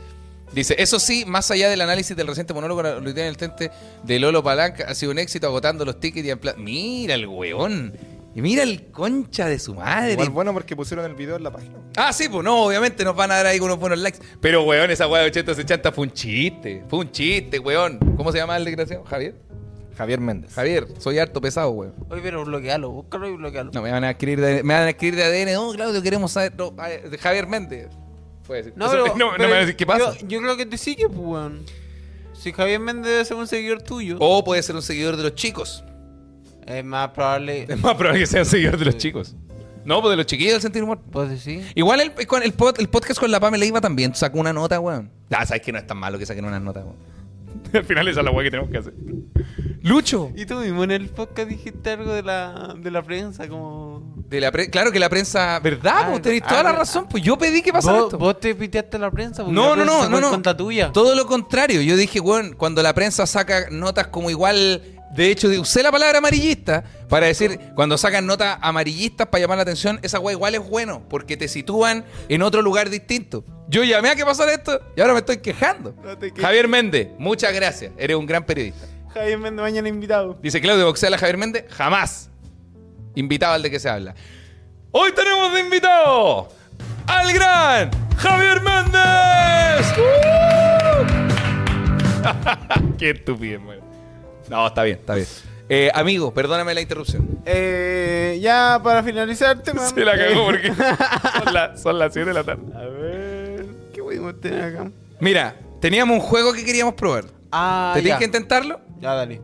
Speaker 1: Dice, eso sí, más allá del análisis del reciente monólogo lo en el tente de Lolo Palanca, ha sido un éxito agotando los tickets y ampla- Mira el weón. Y mira el concha de su madre.
Speaker 4: Igual bueno porque pusieron el video en la página.
Speaker 1: Ah, sí, pues no, obviamente nos van a dar ahí unos buenos likes. Pero, weón, esa weá de 80 80 fue un chiste. Fue un chiste, weón. ¿Cómo se llama el desgraciado? ¿Javier?
Speaker 4: Javier Méndez.
Speaker 1: Javier, soy harto pesado, weón.
Speaker 2: Oye, pero bloquealo, búscalo y bloquealo.
Speaker 1: No, me van a escribir de, me van a escribir de ADN. No, Claudio, queremos saber. no, a- de Javier Méndez. Puede decir.
Speaker 2: No,
Speaker 1: Eso-
Speaker 2: pero,
Speaker 1: no, no
Speaker 2: pero
Speaker 1: me van a decir qué pasa.
Speaker 2: Yo, yo creo que te sigue, pues, weón. Si Javier Méndez debe ser un seguidor tuyo,
Speaker 1: O puede ser un seguidor de los chicos.
Speaker 2: es más probable.
Speaker 1: Es más probable que sea un seguidor de los chicos. No, pues de los chiquillos del sentir humor.
Speaker 2: ¿Vos decís?
Speaker 1: Igual el, eh, con el, pod- el podcast con la Pamela Iba también sacó una nota, weón. Ah, sabes que no es tan malo que saquen unas notas, weón.
Speaker 3: Al final esa es la weá que tenemos que hacer.
Speaker 1: Lucho.
Speaker 2: Y tú mismo en el podcast dijiste algo de la, de la prensa, como.
Speaker 1: De la pre- claro que la prensa. ¿Verdad?
Speaker 2: Ah,
Speaker 1: Vos tenéis toda
Speaker 2: ah,
Speaker 1: la
Speaker 2: ah,
Speaker 1: razón. Pues yo pedí que pasara
Speaker 2: ¿Vos,
Speaker 1: esto.
Speaker 2: vos te piteaste a la prensa, porque
Speaker 1: no,
Speaker 2: la
Speaker 1: no,
Speaker 2: prensa
Speaker 1: no, no,
Speaker 2: fue
Speaker 1: no.
Speaker 2: conta tuya.
Speaker 1: Todo lo contrario. Yo dije, bueno, cuando la prensa saca notas como igual. De hecho, de- usé la palabra amarillista para decir, cuando sacan notas amarillistas para llamar la atención, esa weá igual es bueno, porque te sitúan en otro lugar distinto. Yo llamé a que pasara esto y ahora me estoy quejando.
Speaker 2: No te quejes.
Speaker 1: Javier Méndez, muchas gracias. Eres un gran periodista.
Speaker 2: Javier Méndez mañana invitado.
Speaker 1: Dice Claudio Boxela Javier Méndez, jamás. Invitado al de que se habla. Hoy tenemos de invitado al gran Javier Méndez. ¡Uh! Qué estúpido, hermano. No, está bien, está bien. Eh, amigo, perdóname la interrupción.
Speaker 2: Eh, ya para finalizarte, tema.
Speaker 3: Se la cagó porque son, las- son las 7 de la tarde.
Speaker 2: Eh. A ver, ¿qué pudimos tener acá?
Speaker 1: Mira, teníamos un juego que queríamos probar.
Speaker 2: Ah,
Speaker 1: ¿Te
Speaker 2: ya.
Speaker 1: tienes que intentarlo?
Speaker 2: Ya, dale.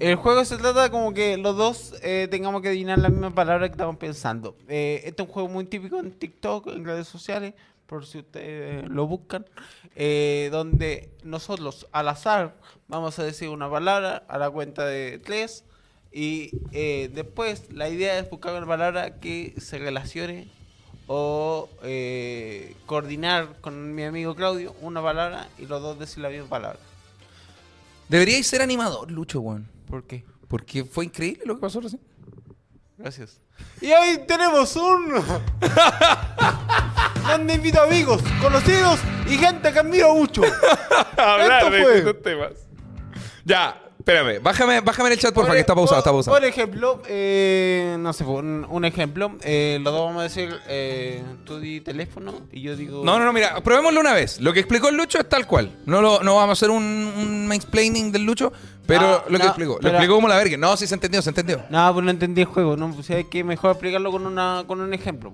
Speaker 2: El juego se trata como que los dos eh, tengamos que adivinar la misma palabra que estamos pensando. Eh, este es un juego muy típico en TikTok, en redes sociales, por si ustedes eh, lo buscan, eh, donde nosotros al azar vamos a decir una palabra a la cuenta de tres y eh, después la idea es buscar una palabra que se relacione o eh, coordinar con mi amigo Claudio una palabra y los dos decir la misma palabra.
Speaker 1: Deberíais ser animador, Lucho, weón.
Speaker 2: ¿Por qué?
Speaker 1: Porque fue increíble lo que pasó recién.
Speaker 2: Gracias. Y hoy tenemos un. donde invito amigos, conocidos y gente que admiro mucho.
Speaker 3: A hablar
Speaker 2: Esto
Speaker 3: de
Speaker 2: fue.
Speaker 3: estos temas.
Speaker 1: Ya, espérame. Bájame, bájame en el chat, por favor, que está pausado, está
Speaker 2: por-
Speaker 1: pausado.
Speaker 2: Por ejemplo, eh, no sé, un, un ejemplo. Eh, los dos vamos a decir, eh, tú di teléfono y yo digo.
Speaker 1: No, no, no, mira, probémoslo una vez. Lo que explicó el Lucho es tal cual. No, lo, no vamos a hacer un, un mansplaining del Lucho, pero
Speaker 2: Ah,
Speaker 1: lo que
Speaker 2: no,
Speaker 1: explicó. Lo
Speaker 2: pero-
Speaker 1: explicó como la verga. No, sí se entendió, se entendió.
Speaker 2: No, pues no entendí el juego. No, pues hay que mejor aplicarlo con, una, con un ejemplo.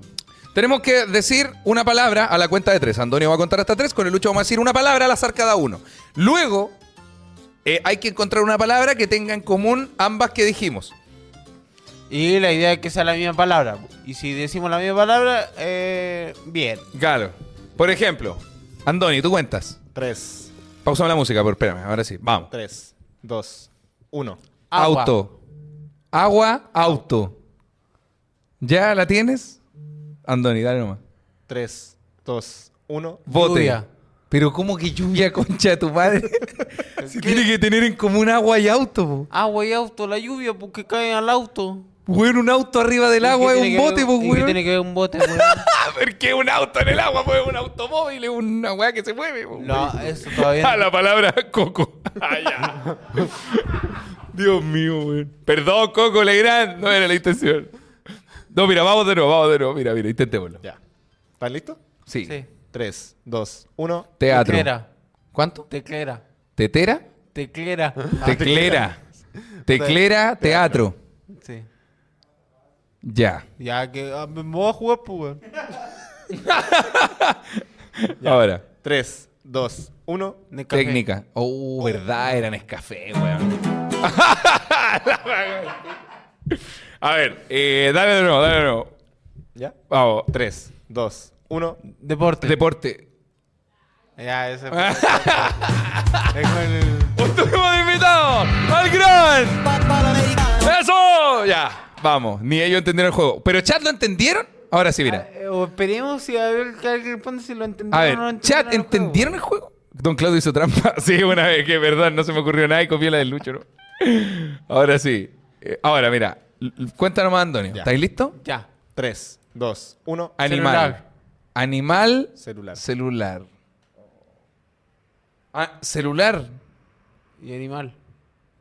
Speaker 1: Tenemos que decir una palabra a la cuenta de tres. Antonio va a contar hasta tres. Con el Lucho vamos a decir una palabra al azar cada uno. Luego, eh, hay que encontrar una palabra que tenga en común ambas que dijimos.
Speaker 2: Y la idea es que sea la misma palabra. Y si decimos la misma palabra, eh, bien.
Speaker 1: Claro. Por ejemplo, Andoni, tú cuentas.
Speaker 4: Tres,
Speaker 1: Pausame la música, pero espérame, ahora sí. Vamos.
Speaker 4: tres, dos, uno.
Speaker 2: Agua.
Speaker 1: Auto. Agua, auto. ¿Ya la tienes? Andoni, dale nomás.
Speaker 4: Tres, dos, uno.
Speaker 1: Bote.
Speaker 2: Lluvia.
Speaker 1: Pero ¿cómo que lluvia, concha de tu madre? Si tiene que tener en común agua y auto, po.
Speaker 2: Agua y Ah, auto, la lluvia, pues porque cae al auto.
Speaker 1: Weón, un auto arriba del
Speaker 2: ¿Y
Speaker 1: agua es
Speaker 2: qué
Speaker 1: un
Speaker 2: tiene que
Speaker 1: bote,
Speaker 2: ver-
Speaker 1: po,
Speaker 2: y qué
Speaker 1: weón.
Speaker 2: tiene que ver un bote, weón?
Speaker 1: Ah, porque un auto en el agua, pues un automóvil, es una weá que se mueve, po, weón.
Speaker 2: No, eso todavía
Speaker 1: Ah,
Speaker 2: no.
Speaker 1: la palabra Coco. Ah, ya. Dios mío, weón. Perdón, Coco Legrand, no era la intención. No, mira, vamos de nuevo, vamos de nuevo. Mira, mira, intentémoslo.
Speaker 4: Ya. ¿Están listos?
Speaker 1: Sí.
Speaker 2: Sí.
Speaker 4: Tres, dos, uno.
Speaker 1: Teatro.
Speaker 2: Teclera,
Speaker 1: ¿Cuánto?
Speaker 2: teclera,
Speaker 1: ¿Tetera?
Speaker 2: teclera.
Speaker 1: Ah, Teclera. Teclera, teatro.
Speaker 2: Sí.
Speaker 1: Ya.
Speaker 2: Ya que ah, me voy a jugar, pues, weón.
Speaker 1: Ahora.
Speaker 4: Tres, dos, uno.
Speaker 2: Nescafé.
Speaker 1: Técnica. Oh, verdad, era Nescafé, weón. A ver, eh, dale de nuevo, dale de nuevo.
Speaker 4: ¿Ya?
Speaker 1: Vamos.
Speaker 4: Tres, dos, uno.
Speaker 2: Deporte.
Speaker 1: Deporte.
Speaker 2: ya, ese
Speaker 1: Ah.
Speaker 2: fue. es con el.
Speaker 1: ¡Estuvimos de invitados! ¡Al gran! ¡Eso! Ya, vamos. Ni ellos entendieron el juego. ¿Pero chat lo entendieron? Ahora sí, mira.
Speaker 2: Eh, O esperemos si a ver que alguien responde si lo entendieron
Speaker 1: A
Speaker 2: o no
Speaker 1: ver, chat,
Speaker 2: el juego.
Speaker 1: ¿entendieron el juego? Don Claudio hizo trampa. Sí, una vez, que verdad, no se me ocurrió nada y copié la del Lucho, ¿no? Ahora sí. Eh, Ahora, mira. L- Cuéntanos más, Antonio.
Speaker 4: Ya.
Speaker 1: ¿Estáis listo?
Speaker 2: Ya.
Speaker 4: Tres, dos, uno.
Speaker 1: Animal.
Speaker 2: Celular.
Speaker 1: Animal.
Speaker 4: Celular.
Speaker 1: Celular. Ah, celular.
Speaker 2: Y animal.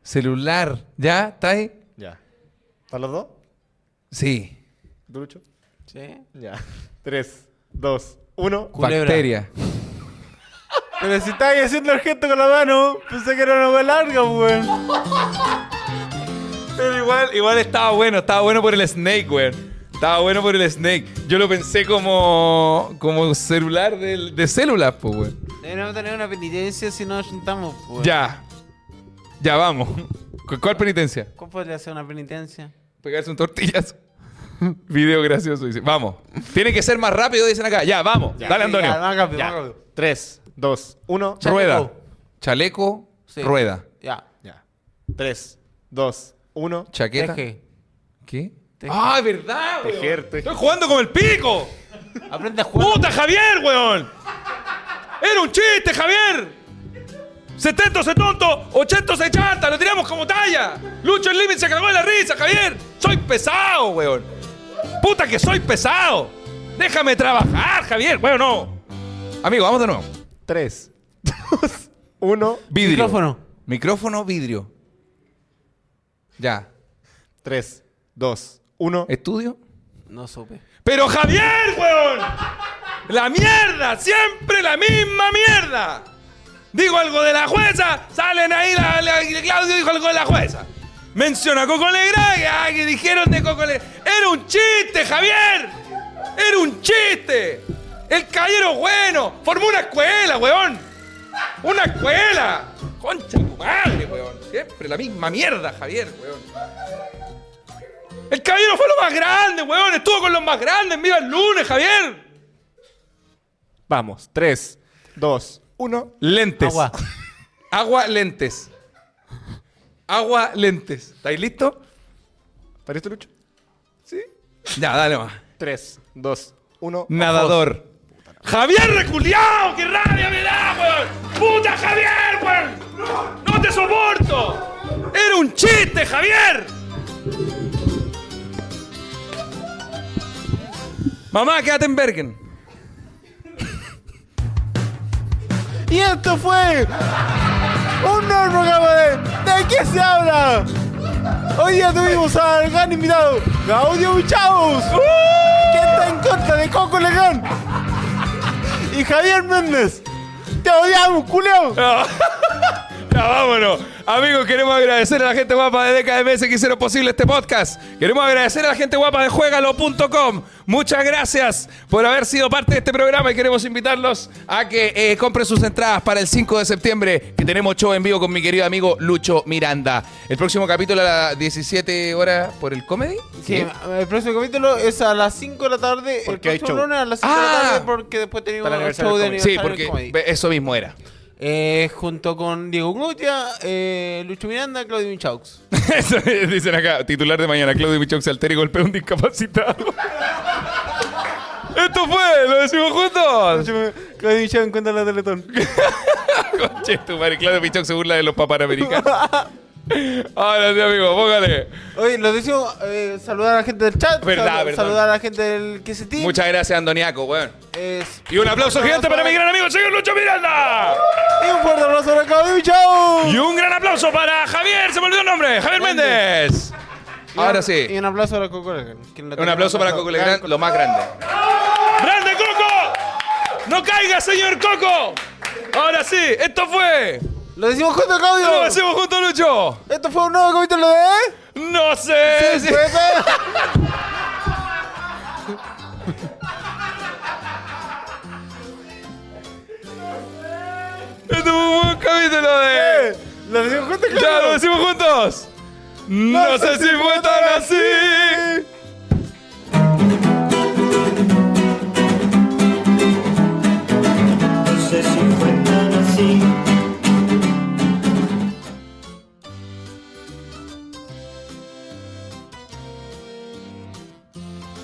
Speaker 1: Celular. ¿Ya? ¿Está ahí?
Speaker 4: Ya. ¿Para los dos?
Speaker 1: Sí.
Speaker 4: ¿Durucho?
Speaker 2: ¿Sí?
Speaker 4: Ya. Tres, dos, uno.
Speaker 2: Culebra.
Speaker 1: Bacteria.
Speaker 2: Pero si estabas haciendo el gesto con la mano, pensé que era una hueá larga, pues. weón.
Speaker 1: Pero igual, igual estaba bueno, estaba bueno por el Snake, weón. Estaba bueno por el Snake. Yo lo pensé como, como celular del- de, células, pues, weón.
Speaker 2: Deberíamos tener una penitencia si no juntamos, pues, weón.
Speaker 1: Ya. Ya vamos. ¿Cu- ¿Cuál penitencia?
Speaker 2: ¿Cómo podría hacer una penitencia?
Speaker 1: Pegarse un tortillazo. Video gracioso, dice. Vamos. Tiene que ser más rápido, dicen acá. Ya, vamos. Dale, Antonio.
Speaker 2: Ya, más rápido,
Speaker 4: Ya.
Speaker 2: más rápido.
Speaker 4: Tres, dos, uno.
Speaker 2: Chaleco.
Speaker 1: Rueda. Chaleco,
Speaker 2: Sí.
Speaker 1: rueda.
Speaker 2: Ya.
Speaker 4: Ya. Tres, dos, uno.
Speaker 1: Chaqueta.
Speaker 2: Teje.
Speaker 1: ¿Qué?
Speaker 2: Teje.
Speaker 1: ¡Ah, es verdad, weón!
Speaker 4: Tejer, tejer.
Speaker 1: ¡Estoy jugando con el pico!
Speaker 2: Aprende a jugar.
Speaker 1: ¡Puta, Javier, weón! ¡Era un chiste, Javier! 70 se tonto, 80 se chanta, lo tiramos como talla. Lucho el límite se cagó de la risa, Javier. Soy pesado, weón. Puta que soy pesado. Déjame trabajar, Javier. Bueno, no. Amigo, vamos de nuevo.
Speaker 4: Tres, dos, uno.
Speaker 1: Vidrio.
Speaker 2: Micrófono.
Speaker 1: Micrófono, vidrio. Ya.
Speaker 4: Tres, dos, uno.
Speaker 1: ¿Estudio?
Speaker 2: No supe.
Speaker 1: Pero Javier, weón. La mierda, siempre la misma mierda. Digo algo de la jueza, salen ahí, la, la- Claudio dijo algo de la jueza. Menciona a Coco Legra, que, ah, que dijeron de Coco Legra. Era un chiste, Javier. Era un chiste. El caballero bueno. Formó una escuela, weón. Una escuela. Concha tu madre, weón. Siempre la misma mierda, Javier, weón. El caballero fue lo más grande, weón. Estuvo con los más grandes. Viva el lunes, Javier.
Speaker 4: Vamos. Tres, dos, uno.
Speaker 1: Lentes.
Speaker 2: Agua.
Speaker 1: Agua, lentes. Agua, lentes. ¿Estáis listos?
Speaker 4: ¿Para esto, Lucho?
Speaker 1: Ya, dale más.
Speaker 4: Tres, dos, uno.
Speaker 1: Nadador. Javier reculiao, qué rabia me da, weón. Puta Javier, weón. No, no te soporto. Era un chiste, Javier. Mamá, quédate en Bergen.
Speaker 2: Y esto fue un nuevo programa de ¿De qué se habla? Hoy día tuvimos al gran invitado, Claudio Buchaus, que está en contra de Coco Legrand. Y Javier Méndez. Te odiamos, culeo.
Speaker 1: Ya, vámonos. Amigos, queremos agradecer a la gente guapa de DKMS que hicieron posible este podcast. Queremos agradecer a la gente guapa de juegalo.com. Muchas gracias por haber sido parte de este programa y queremos invitarlos a que eh, compren sus entradas para el 5 de septiembre, que tenemos show en vivo con mi querido amigo Lucho Miranda. El próximo capítulo a las 17 horas por el comedy.
Speaker 2: Sí, el próximo capítulo es a las 5 de la tarde.
Speaker 4: Porque hay
Speaker 2: el próximo
Speaker 4: show.
Speaker 2: lunes a las 5 de
Speaker 1: Ah.
Speaker 2: la tarde porque después tenemos
Speaker 4: Para el
Speaker 2: un
Speaker 4: aniversario
Speaker 2: show de
Speaker 4: del
Speaker 1: Sí,
Speaker 2: aniversario del
Speaker 1: porque
Speaker 2: comedy.
Speaker 1: eso mismo era.
Speaker 2: Eh, junto con Diego Glutia, eh, Lucho Miranda, Claudio Buchaus.
Speaker 1: Eso es, dicen acá, titular de mañana, Claudio Michon se altera y golpea a un discapacitado. Esto fue, lo decimos juntos.
Speaker 2: Claudio Buchaus encuentra la Teletón.
Speaker 1: Conche tu madre, Claudio Michon se burla de los panamericanos. Ahora sí, amigo, póngale.
Speaker 2: Oye, lo decimos, eh, saludar a la gente del chat.
Speaker 1: Verdad,
Speaker 2: salu-
Speaker 1: verdad.
Speaker 2: Saludar a la gente del que se tiene.
Speaker 1: Muchas gracias, Andoniaco, weón.
Speaker 2: Es-
Speaker 1: Y un aplauso gigante para mi gran amigo, señor Lucho Miranda.
Speaker 2: Y un fuerte abrazo para Claudio Buchaus.
Speaker 1: Y un gran aplauso para Javier, se me olvidó el nombre, Javier Méndez.
Speaker 2: Y un-
Speaker 1: Ahora
Speaker 2: Y
Speaker 1: sí,
Speaker 2: un aplauso para Coco Legrand, quien lo
Speaker 1: un
Speaker 2: tenía
Speaker 1: aplauso para
Speaker 2: mandado.
Speaker 1: Coco Legrand, lo más grande. ¡Grande Coco! ¡No caiga, señor Coco! Ahora sí, esto fue.
Speaker 2: Lo decimos juntos,
Speaker 1: ¡Lo
Speaker 2: Claudio.
Speaker 1: hacemos juntos, Lucho!
Speaker 2: Esto fue un nuevo capítulo de...
Speaker 1: ¡No sé! si- ¡Este fue un buen capítulo de...
Speaker 2: ¿Lo decimos juntos,
Speaker 1: ¡Ya
Speaker 2: Carlos?
Speaker 1: lo decimos juntos! No, sé si fue tan así.